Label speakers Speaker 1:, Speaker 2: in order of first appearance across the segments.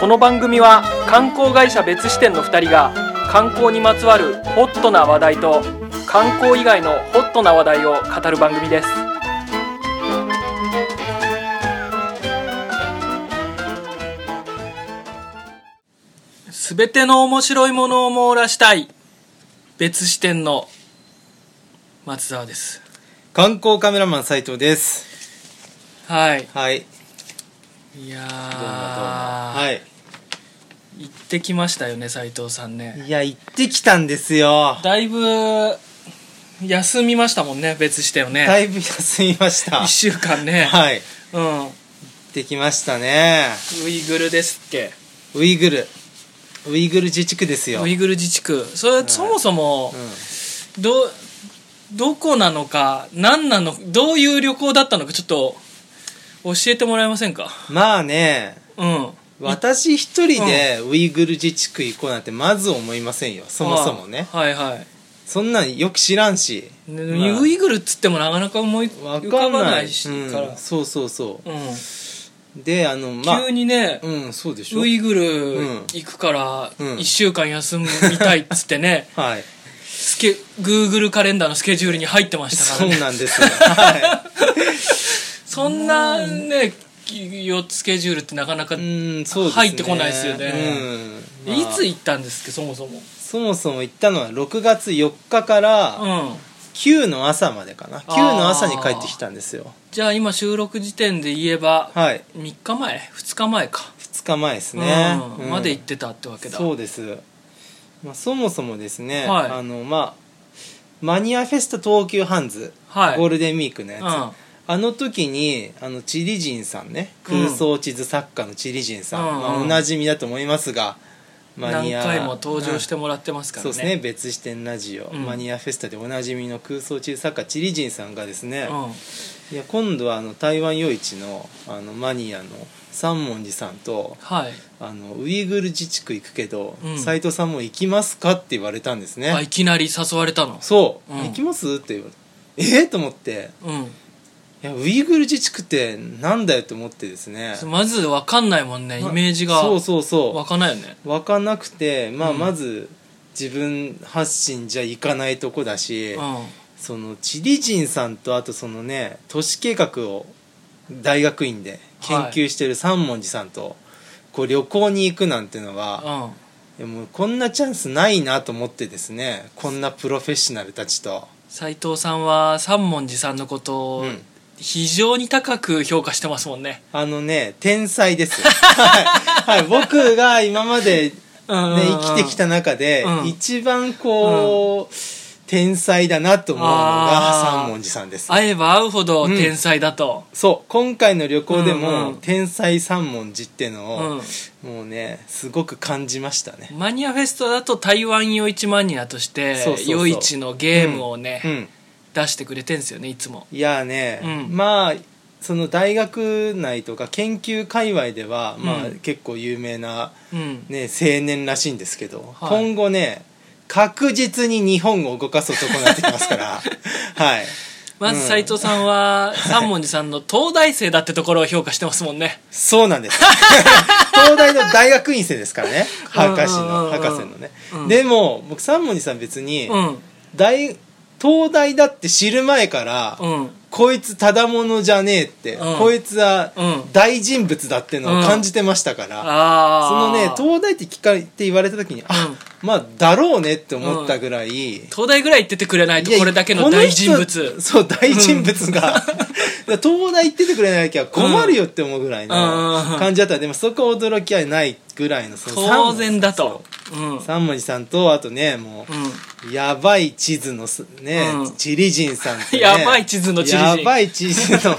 Speaker 1: この番組は観光会社別支店の2人が観光にまつわるホットな話題と観光以外のホットな話題を語る番組ですすべての面白いものを網羅したい別支店の松沢です
Speaker 2: 観光カメラマン斉藤です
Speaker 1: はい
Speaker 2: はい
Speaker 1: いや
Speaker 2: は
Speaker 1: ー
Speaker 2: い
Speaker 1: 行ってきましたよね斉藤さんね
Speaker 2: いや行ってきたんですよ
Speaker 1: だいぶ休みましたもんね別してよ
Speaker 2: だ
Speaker 1: ね
Speaker 2: いぶ休みました
Speaker 1: 1週間ね、
Speaker 2: はい行
Speaker 1: うん
Speaker 2: ってきましたね
Speaker 1: ウイグルですっけ
Speaker 2: ウイグルウイグル自治区ですよ
Speaker 1: ウイグル自治区それ、そもそも
Speaker 2: う、ん
Speaker 1: どどこなのか何なのどういう旅行だったのかちょっと教えてもらえませんか
Speaker 2: まあね
Speaker 1: うん
Speaker 2: 私一人でウイグル自治区行こうなんてまず思いませんよそもそもね
Speaker 1: あはいはい
Speaker 2: そんなんよく知らんし、
Speaker 1: ね
Speaker 2: まあ
Speaker 1: ウイグルっつってもなかなか思い
Speaker 2: わ
Speaker 1: 浮
Speaker 2: か
Speaker 1: か
Speaker 2: ん
Speaker 1: ば
Speaker 2: な
Speaker 1: ないいし
Speaker 2: うん
Speaker 1: から、
Speaker 2: そうそうそ
Speaker 1: うん
Speaker 2: うであのまあ
Speaker 1: 急にね、
Speaker 2: うんそうでしょ
Speaker 1: ウイグル
Speaker 2: うん
Speaker 1: 行くから
Speaker 2: うん
Speaker 1: 1週間休みたいっつってね、
Speaker 2: はい
Speaker 1: スケ Google カレンダーのスケジュールに入ってましたか
Speaker 2: そう
Speaker 1: らね
Speaker 2: なんですよはい
Speaker 1: そんなね4つスケジュールってなかなか、
Speaker 2: う
Speaker 1: い
Speaker 2: ーんそうですね
Speaker 1: 入ってこないですよね
Speaker 2: うんまあ
Speaker 1: つ行ったんですっけそもそも
Speaker 2: そもそも行ったのは6月4日から
Speaker 1: うん
Speaker 2: 9の朝までかな9の朝に帰ってきたんですよ
Speaker 1: じゃあ今収録時点で言えば
Speaker 2: はい
Speaker 1: 3日前2日前か、
Speaker 2: 2日前ですね、
Speaker 1: うん
Speaker 2: うん
Speaker 1: まで行ってたってわけだ
Speaker 2: そうです、まあ、そもそもですね、
Speaker 1: はい
Speaker 2: あのまあマニアフェスタ東急ハンズ、
Speaker 1: はい
Speaker 2: ゴールデンウィークのやつ、
Speaker 1: うん
Speaker 2: あの時にあのチリ人さんね
Speaker 1: うん
Speaker 2: 空想地図作家のチリ人さん、
Speaker 1: うんうん
Speaker 2: まあ、おなじみだと思いますがマ
Speaker 1: 何
Speaker 2: ニア
Speaker 1: 回も登場してもらってますから
Speaker 2: そ
Speaker 1: ね、
Speaker 2: うですね別視点ラジオ、
Speaker 1: うん
Speaker 2: マニアフェスタでおなじみの空想中作家チリジンさんがですね、
Speaker 1: うん
Speaker 2: いや今度はあの台湾夜市のあのマニアの三文字さんと
Speaker 1: はい、
Speaker 2: あのウイグル自治区行くけど
Speaker 1: うん
Speaker 2: 斎、斉藤さんも行きますかって言われたんですね、
Speaker 1: あいきなり誘われたの
Speaker 2: そう、
Speaker 1: うん
Speaker 2: 行きますって言われてえー、と思って
Speaker 1: うん
Speaker 2: いやウイグル自治区ってなんだよと思ってですね
Speaker 1: まず分かんないもんねイメージが
Speaker 2: そうそうそう
Speaker 1: 湧かないよね
Speaker 2: わかなくて、まあ、
Speaker 1: うん
Speaker 2: まず自分発信じゃ行かないとこだし、
Speaker 1: う
Speaker 2: そのチリ人さんとあとそのね都市計画を大学院で研究してる三文字さんと、こう旅行に行くなんてのは、
Speaker 1: んうん
Speaker 2: いやもうこんなチャンスないなと思ってですねこんなプロフェッショナルたちと、
Speaker 1: 斎藤さんは三文字さんのことを
Speaker 2: うん
Speaker 1: 非常に高く評価してますもんね、
Speaker 2: あのね天才です よ、はいはい、僕が今まで、ね、
Speaker 1: うんうんうん
Speaker 2: 生きてきた中で、
Speaker 1: うん
Speaker 2: 一番こう、天才だなと思うのが
Speaker 1: あー
Speaker 2: 三文字さんです
Speaker 1: 会えば会うほど天才だと、
Speaker 2: そう今回の旅行でも、
Speaker 1: うんうん
Speaker 2: 天才三文字ってのを、
Speaker 1: う
Speaker 2: もうねすごく感じましたね、
Speaker 1: マニアフェストだと台湾夜市マニアとして
Speaker 2: そうそうそ
Speaker 1: 夜
Speaker 2: う
Speaker 1: 市のゲームをね、
Speaker 2: うん、
Speaker 1: 出してくれてんすよねいつも
Speaker 2: いやーね、
Speaker 1: うん
Speaker 2: まあその大学内とか研究界隈では、まあ
Speaker 1: うん
Speaker 2: 結構有名な、
Speaker 1: うん
Speaker 2: ね、青年らしいんですけど、
Speaker 1: はい
Speaker 2: 今後ね確実に日本を動かす男になってきますから はい
Speaker 1: まず斎藤さんは三文字さんの東大生だってところを評価してますもんね
Speaker 2: そうなんです 東大の大学院生ですからね博士
Speaker 1: うんうんうんうん
Speaker 2: の博士のね、
Speaker 1: うん
Speaker 2: でも僕三文字さん別に、
Speaker 1: うん
Speaker 2: 大東大だって知る前から、
Speaker 1: うん
Speaker 2: こいつただものじゃねえって、
Speaker 1: うん
Speaker 2: こいつは
Speaker 1: うん
Speaker 2: 大人物だってのを感じてましたから、
Speaker 1: ああ
Speaker 2: そのね東大って聞かれて言われた時に、あまあだろうねって思ったぐらい、
Speaker 1: 東大ぐらい言っててくれないとこれだけの大人
Speaker 2: いやこ
Speaker 1: 物
Speaker 2: 人そう大人物が、 東大行っててくれなきゃ困るよって思うぐらいの
Speaker 1: うん
Speaker 2: 感じだったでもそこは驚きはないぐらいのその
Speaker 1: 当然だとうん
Speaker 2: 三文字さんとあとねもう、
Speaker 1: う
Speaker 2: やばい地図のすね、
Speaker 1: うん
Speaker 2: チリ人さんと、ね、
Speaker 1: やばい地図のチリ人
Speaker 2: やばい地図 の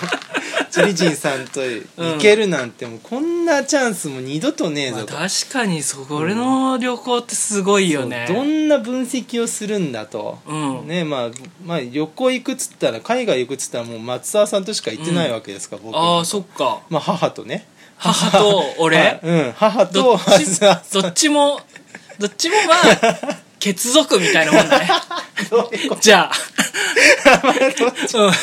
Speaker 2: チリ人さんと行けるなんてもうこんなチャンスも二度とねえ
Speaker 1: んまあ、
Speaker 2: ぞと、
Speaker 1: 確かにそこれの旅行ってすごいよね
Speaker 2: どんな分析をするんだと、
Speaker 1: うん
Speaker 2: ねまあ、まあ旅行行くっつったら海外行くっつったらもう松沢さんとしか行ってないわけですから、僕
Speaker 1: ああそっか
Speaker 2: まあ、母とね
Speaker 1: 母 と俺
Speaker 2: はいうん、母
Speaker 1: ど
Speaker 2: と
Speaker 1: っち
Speaker 2: 松沢さん
Speaker 1: どっちもどっちもまあ血族みたいなもんだね
Speaker 2: どういうこ
Speaker 1: じゃあうん
Speaker 2: と まあ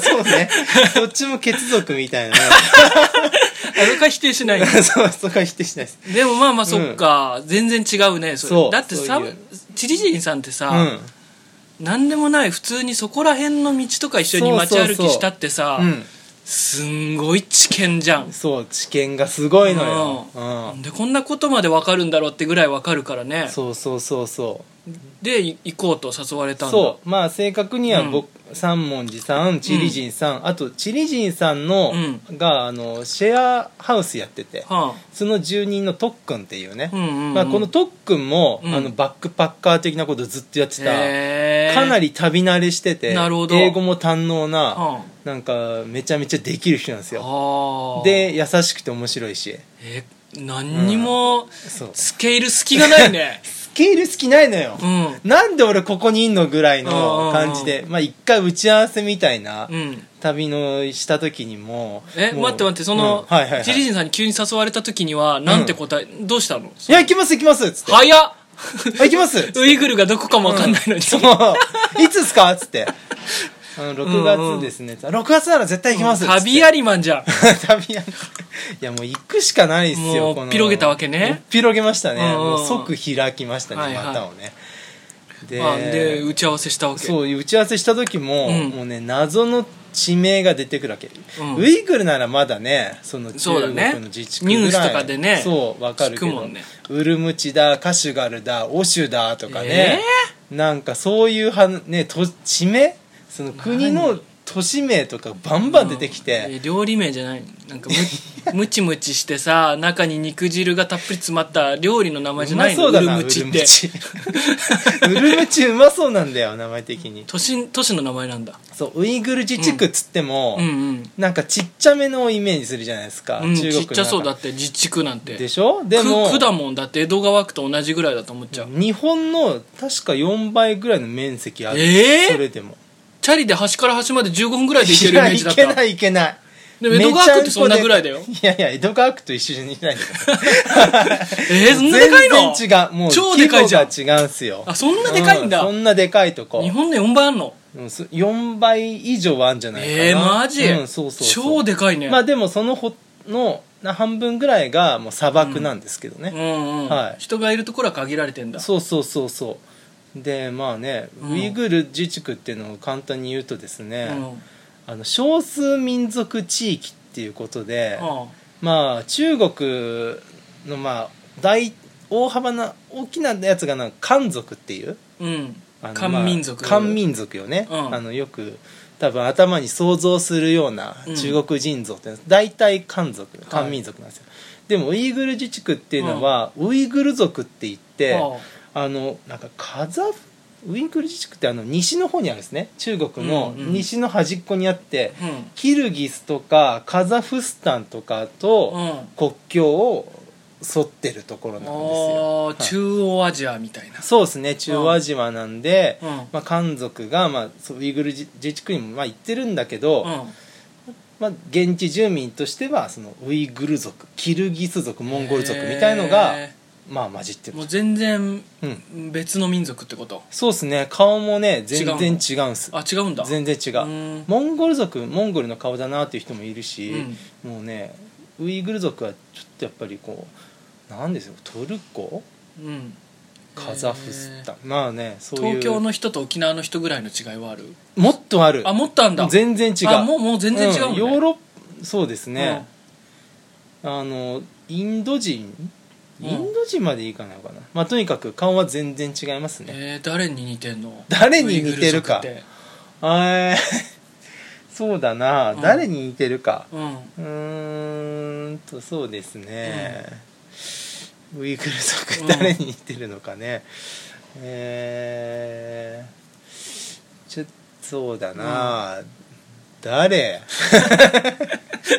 Speaker 2: そうねどっちも血族みた いなね
Speaker 1: あそこは否定しない
Speaker 2: そうそこは否定しないです
Speaker 1: でもまあまあそっか、全然違うねそれ
Speaker 2: そう
Speaker 1: だってさ
Speaker 2: そういう
Speaker 1: チリ人さんってさ、
Speaker 2: うん
Speaker 1: 何でもない普通にそこら辺の道とか一緒に街歩きしたってさ
Speaker 2: う
Speaker 1: すんごい知見じゃん
Speaker 2: ん、そう知見がすごいのよ、うん
Speaker 1: でこんなことまでわかるんだろうってぐらいわかるからね
Speaker 2: そうそうそうそう
Speaker 1: でい行こうと誘われたんだ
Speaker 2: そうまあ正確には
Speaker 1: うん
Speaker 2: 僕、三文字さんチリ人さん、あとチリ人さんの、
Speaker 1: う
Speaker 2: があのシェアハウスやってて、
Speaker 1: は
Speaker 2: その住人の特訓っていうね、
Speaker 1: あ、うんうんうん
Speaker 2: まあ、この特訓も、
Speaker 1: うん
Speaker 2: あのバックパッカー的なことずっとやってた
Speaker 1: へー
Speaker 2: かなり旅慣れしてて
Speaker 1: なるほど
Speaker 2: 英語も堪能な、
Speaker 1: は
Speaker 2: なんかめちゃめちゃできる人なんです
Speaker 1: あ
Speaker 2: よ
Speaker 1: はあ
Speaker 2: で優しくて面白いし
Speaker 1: え何にも
Speaker 2: そう
Speaker 1: スケール隙がないね
Speaker 2: スケール好きないのよ、
Speaker 1: うん
Speaker 2: なんで俺ここにいんのぐらいの感じで、まあ一回打ち合わせみたいな
Speaker 1: うん
Speaker 2: 旅のした時にも。
Speaker 1: え
Speaker 2: もう
Speaker 1: 待って待ってその、
Speaker 2: うんはいはいはい
Speaker 1: ジリジンさんに急に誘われた時にはなんて答え、どうしたの
Speaker 2: いや、行きます行きますっつって。あ
Speaker 1: 早っ
Speaker 2: 行きます
Speaker 1: ウイグルがどこかもわかんないのに、
Speaker 2: そう。いつっすかっつって。あの、6月ですね。6月なら絶対行きますっつって。
Speaker 1: 旅ありマンじゃん
Speaker 2: 旅やり。いや、もう行くしかないっす
Speaker 1: も
Speaker 2: よ、
Speaker 1: う広げたわけね
Speaker 2: もう広げましたね。
Speaker 1: うん
Speaker 2: もう即開きました
Speaker 1: は
Speaker 2: ね、
Speaker 1: いはい
Speaker 2: 股をね。で
Speaker 1: まあ、で打ち合わせしたわけ
Speaker 2: そう打ち合わせした時も、
Speaker 1: うん
Speaker 2: もうね謎の地名が出てくるわけ、
Speaker 1: うん
Speaker 2: ウイグルならまだねその中
Speaker 1: そうだ
Speaker 2: 国
Speaker 1: ね
Speaker 2: の自治区ぐらい
Speaker 1: ニュースとかでね
Speaker 2: そうわかるけど
Speaker 1: 聞くもんね
Speaker 2: ウルムチだカシュガルだオシュだとかね、なんかそういうは、ね、と地名その国の都市名とかバンバン出てき
Speaker 1: え
Speaker 2: て、
Speaker 1: 料理名じゃないなんかむ ムチムチしてさ中に肉汁がたっぷり詰まった料理の名前じ
Speaker 2: う
Speaker 1: ゃ
Speaker 2: ま
Speaker 1: ないの
Speaker 2: そうだな
Speaker 1: ウ
Speaker 2: ウ
Speaker 1: ル
Speaker 2: ル
Speaker 1: ムチ
Speaker 2: ム
Speaker 1: って
Speaker 2: チ ウルムチうまそうなんだよ名前的に
Speaker 1: 都市都市の名前なんだ
Speaker 2: そうウイグル自治区っつっても、
Speaker 1: うんうん
Speaker 2: なんかちっちゃめのイメージするじゃないですか、
Speaker 1: うん、
Speaker 2: 中国の
Speaker 1: ちっ
Speaker 2: 中
Speaker 1: ちゃそうだって自治区なんて
Speaker 2: でしょでも
Speaker 1: く区だもんだって江戸川区と同じぐらいだと思っちゃう、
Speaker 2: 日本の確か4倍ぐらいの面積ある、
Speaker 1: えー
Speaker 2: それでも
Speaker 1: チャリで端から端まで15分ぐらいで行け
Speaker 2: い
Speaker 1: るイメ
Speaker 2: や
Speaker 1: ー
Speaker 2: い
Speaker 1: ジだっ
Speaker 2: けな
Speaker 1: た
Speaker 2: いいけない
Speaker 1: でも江戸川区ってそんなぐらいだよ
Speaker 2: めちゃんこでいやいや江戸川区と一緒に いないんだよ
Speaker 1: えー、そんなでかいの
Speaker 2: 全然違うもう
Speaker 1: 超でかいじゃん
Speaker 2: 規模が違うんすよ
Speaker 1: あそんなでかいんだ
Speaker 2: うそんなでかいとこ
Speaker 1: 日本で4倍あんの
Speaker 2: うんそ4倍以上はあるんじゃないかな
Speaker 1: えー、マジ、
Speaker 2: うん、そうそうそう
Speaker 1: 超でかいね、
Speaker 2: まあでもそのほの半分ぐらいがもう砂漠なんですけどね、
Speaker 1: うんうん、
Speaker 2: はい
Speaker 1: 人がいるところは限られてんだ
Speaker 2: そうそうそうそうでまあね、
Speaker 1: うん
Speaker 2: ウイグル自治区っていうのを簡単に言うとですね、
Speaker 1: うん
Speaker 2: あの少数民族地域っていうことで、
Speaker 1: は
Speaker 2: まあ中国のまあ大大幅な大きなやつがなんか漢族っていう
Speaker 1: あうん
Speaker 2: あの
Speaker 1: 漢民族
Speaker 2: まあ漢民族よね、
Speaker 1: うん
Speaker 2: あのよく多分頭に想像するような
Speaker 1: うん
Speaker 2: 中国人像って大体漢族漢民族なんですよ、でもウイグル自治区っていうのは、ウイグル族って言って、
Speaker 1: は
Speaker 2: あのなんかカザフウイグル自治区ってあの西の方にあるんですね中国の
Speaker 1: うんうん
Speaker 2: 西の端っこにあって、
Speaker 1: あうん
Speaker 2: キルギスとかカザフスタンとかと
Speaker 1: うん
Speaker 2: 国境を沿ってるところなんですよ、
Speaker 1: あー中央アジアみたいな
Speaker 2: そうですね中央アジアなんで、
Speaker 1: うん
Speaker 2: まあ、漢族が、まあ、そうウイグル自自治区にもまあ行ってるんだけど、
Speaker 1: うん
Speaker 2: まあ、現地住民としてはそのウイグル族キルギス族モンゴル族みたいのが、
Speaker 1: へ
Speaker 2: まあ混じって
Speaker 1: ー
Speaker 2: る
Speaker 1: もう全然
Speaker 2: うん
Speaker 1: 別の民族ってこと
Speaker 2: そうですね顔もね全然違うんです
Speaker 1: あ違うんだ
Speaker 2: 全然違う、
Speaker 1: うん
Speaker 2: モンゴル族モンゴルの顔だなっていう人もいるし、
Speaker 1: う
Speaker 2: もうねウイグル族はちょっとやっぱりこうなんですよトルコ
Speaker 1: うん
Speaker 2: カザフスタン、まあねそういう
Speaker 1: 東京の人と沖縄の人ぐらいの違いはある
Speaker 2: もっとある
Speaker 1: あ持ったんだ
Speaker 2: 全然違う
Speaker 1: あもうもう全然違うもんね
Speaker 2: んヨーロッそうですね、あのインド人
Speaker 1: うん
Speaker 2: インド人までいいかないのかな、まあとにかく顔は全然違いますね、
Speaker 1: えー誰に似てんの
Speaker 2: 誰に似てるか
Speaker 1: ウイグル族って
Speaker 2: あー そうだな、
Speaker 1: うん
Speaker 2: 誰に似てるか
Speaker 1: うん
Speaker 2: うーんとそうですね、ウイグル
Speaker 1: う
Speaker 2: 族
Speaker 1: ん
Speaker 2: 誰に似てるのかね、えー、ちょっとそうだな、誰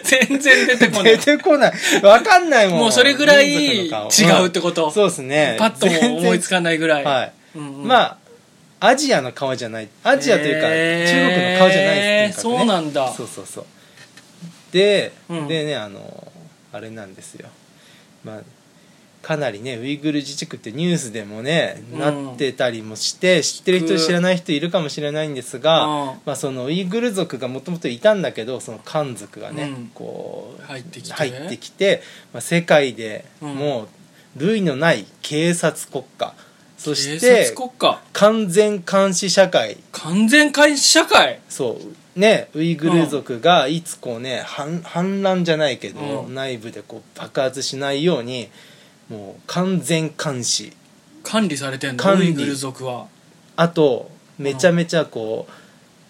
Speaker 1: 全然出てこな
Speaker 2: 出
Speaker 1: い
Speaker 2: てこないわかんないもん
Speaker 1: もうそれぐらい
Speaker 2: 民
Speaker 1: 違
Speaker 2: 族の顔
Speaker 1: うってこと
Speaker 2: うんそうですね
Speaker 1: パッとも思いつ
Speaker 2: か
Speaker 1: かないぐらい
Speaker 2: はい、
Speaker 1: うんうん
Speaker 2: まあアジアの顔じゃないアジアというか、
Speaker 1: へー
Speaker 2: 中国の顔じゃないですとに
Speaker 1: そ
Speaker 2: かくね
Speaker 1: うなんだ
Speaker 2: そうそうそうで、
Speaker 1: うん
Speaker 2: でねあのあれなんですよまあかなりねウイグル自治区ってニュースでもね、
Speaker 1: うん
Speaker 2: なってたりもして知ってる人
Speaker 1: 聞く
Speaker 2: 知らない人いるかもしれないんですが、
Speaker 1: うん
Speaker 2: まあ、そのウイグル族がもともといたんだけどその漢族がね、
Speaker 1: うん
Speaker 2: こう
Speaker 1: 入ってきて
Speaker 2: 入ってきてまあ、世界で
Speaker 1: うん
Speaker 2: もう類のない警察国家、そし
Speaker 1: 警
Speaker 2: て
Speaker 1: 察国家
Speaker 2: 完全監視社会
Speaker 1: 完全監視社会
Speaker 2: そうねウイグル族がいつこうね反反乱じゃないけど、
Speaker 1: うん
Speaker 2: 内部でこう爆発しないようにもう完全監視
Speaker 1: 管理されてんの
Speaker 2: 管
Speaker 1: ウ
Speaker 2: 理
Speaker 1: イグル族は
Speaker 2: あとめちゃめちゃこう、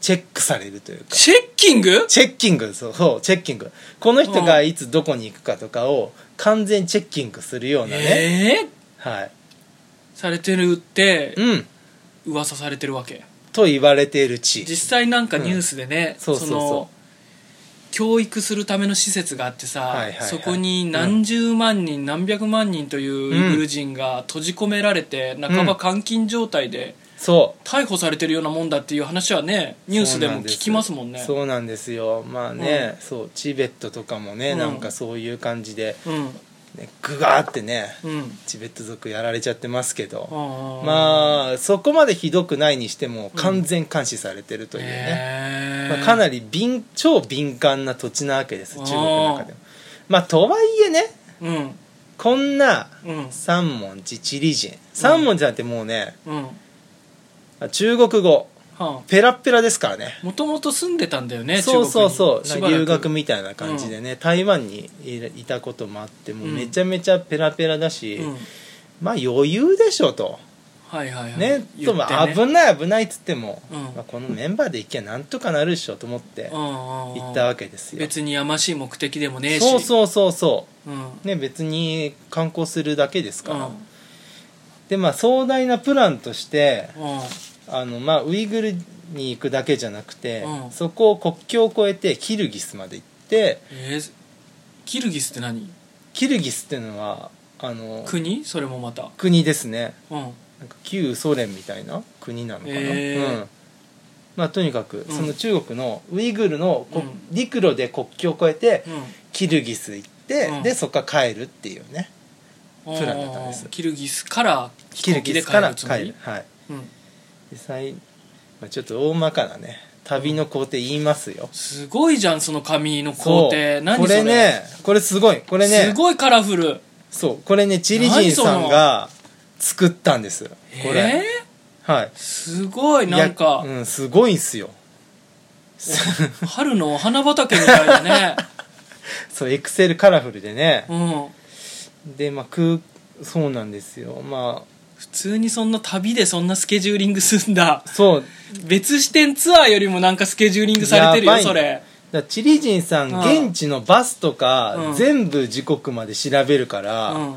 Speaker 2: チェックされるというか
Speaker 1: チェッキング
Speaker 2: チェッキングそうそうチェッキングこの人が
Speaker 1: うん
Speaker 2: いつどこに行くかとかを完全チェッキングするようなね、
Speaker 1: ええ
Speaker 2: はい
Speaker 1: されてるって
Speaker 2: うん
Speaker 1: 噂されてるわけ
Speaker 2: と言われている地
Speaker 1: 実際なんかニュースでね、
Speaker 2: うんそうそうそう
Speaker 1: の教育するための施設があってさ、
Speaker 2: はいはいはい
Speaker 1: そこに何十万人、何百万人というウイグル人が閉じ込められて、半ば監禁状態で
Speaker 2: そ
Speaker 1: 逮捕されてるようなもんだっていう話はね
Speaker 2: う
Speaker 1: ニュースでも聞きますもんね
Speaker 2: そうなんですよまあね、そうチベットとかもね、
Speaker 1: うん
Speaker 2: なんかそういう感じで、
Speaker 1: うん
Speaker 2: ね、グガーってね
Speaker 1: うん
Speaker 2: チベット族やられちゃってますけど、
Speaker 1: まあ
Speaker 2: まあそこまでひどくないにしても完全監視されてるというね、まあ、かな
Speaker 1: り
Speaker 2: り敏超敏感な土地なわけです中国の中でもまあとはいえね
Speaker 1: うん
Speaker 2: こんな
Speaker 1: うん
Speaker 2: 三文字チリ人三文字なんてもうね、
Speaker 1: うん
Speaker 2: 中国語
Speaker 1: は
Speaker 2: ペラッペラですからね
Speaker 1: あもともと住んでたんだよね
Speaker 2: そうそう
Speaker 1: 中国
Speaker 2: そ
Speaker 1: に
Speaker 2: う
Speaker 1: し
Speaker 2: なん
Speaker 1: ば
Speaker 2: から
Speaker 1: く
Speaker 2: 留学みたいな感じでね、台湾にいいたこともあってもうめちゃめちゃペラペラだし、
Speaker 1: うん
Speaker 2: まあ余裕でしょと。
Speaker 1: はいはいはい
Speaker 2: ね
Speaker 1: 言
Speaker 2: と
Speaker 1: って
Speaker 2: まあ危ない危ないっつっても、
Speaker 1: うん
Speaker 2: まあ、このメンバーで行きゃなんとかなるでしょと思って行
Speaker 1: 行
Speaker 2: ったわけですよ
Speaker 1: 別にやましい目的でもねえし
Speaker 2: そうそうそうそ
Speaker 1: うん、
Speaker 2: うね別に観光するだけです
Speaker 1: う
Speaker 2: から、
Speaker 1: ん
Speaker 2: でまあ壮大なプランとして
Speaker 1: うん
Speaker 2: あの、まあ、ウイグルに行くだけじゃなくて、
Speaker 1: うん
Speaker 2: そこを国境を越えてキルギスまで行って
Speaker 1: えーキルギスって何
Speaker 2: キルギスっていうのはあの
Speaker 1: 国それもまた
Speaker 2: 国ですね
Speaker 1: うん
Speaker 2: なんか旧ソ連みたいな国なのかな、
Speaker 1: へー
Speaker 2: うんまあ、とにかく
Speaker 1: うん
Speaker 2: その中国のウイグルの
Speaker 1: う
Speaker 2: こ、
Speaker 1: ん
Speaker 2: 陸路で国境を越えてキルギス行って、
Speaker 1: うん
Speaker 2: でそこから帰るっていうね
Speaker 1: うん
Speaker 2: プランだったんです
Speaker 1: あーキルギスから
Speaker 2: キ
Speaker 1: 飛
Speaker 2: ル
Speaker 1: 行機
Speaker 2: ギ
Speaker 1: で
Speaker 2: ス
Speaker 1: 帰
Speaker 2: から
Speaker 1: る
Speaker 2: 帰
Speaker 1: つ
Speaker 2: る
Speaker 1: もり
Speaker 2: はい
Speaker 1: うん
Speaker 2: 実際、まあ、ちょっと大まかなね旅の工程言いますよ、
Speaker 1: すごいじゃんその紙の工
Speaker 2: そ
Speaker 1: 程
Speaker 2: う
Speaker 1: 何そ
Speaker 2: こ
Speaker 1: れ
Speaker 2: れねこれすごいこれね
Speaker 1: すごいカラフル
Speaker 2: そうこれねチリ人さんが作ったんですこ
Speaker 1: え
Speaker 2: れ、はい
Speaker 1: ーすごいなんか
Speaker 2: いやうん、すごいんすよ
Speaker 1: 春のお花畑みたいだね
Speaker 2: そうエクセルカラフルでね、
Speaker 1: うん
Speaker 2: でまあ空そうなんですよま
Speaker 1: 普通にそんな旅でそんなスケジューリングすんだ
Speaker 2: あそう
Speaker 1: 別視点ツアーよりもなんかスケジューリングされてるよ
Speaker 2: やばいね
Speaker 1: それ
Speaker 2: だからチリ人さん、
Speaker 1: うん
Speaker 2: 現地のバスとか、
Speaker 1: うん
Speaker 2: 全部時刻まで調べるから、
Speaker 1: うん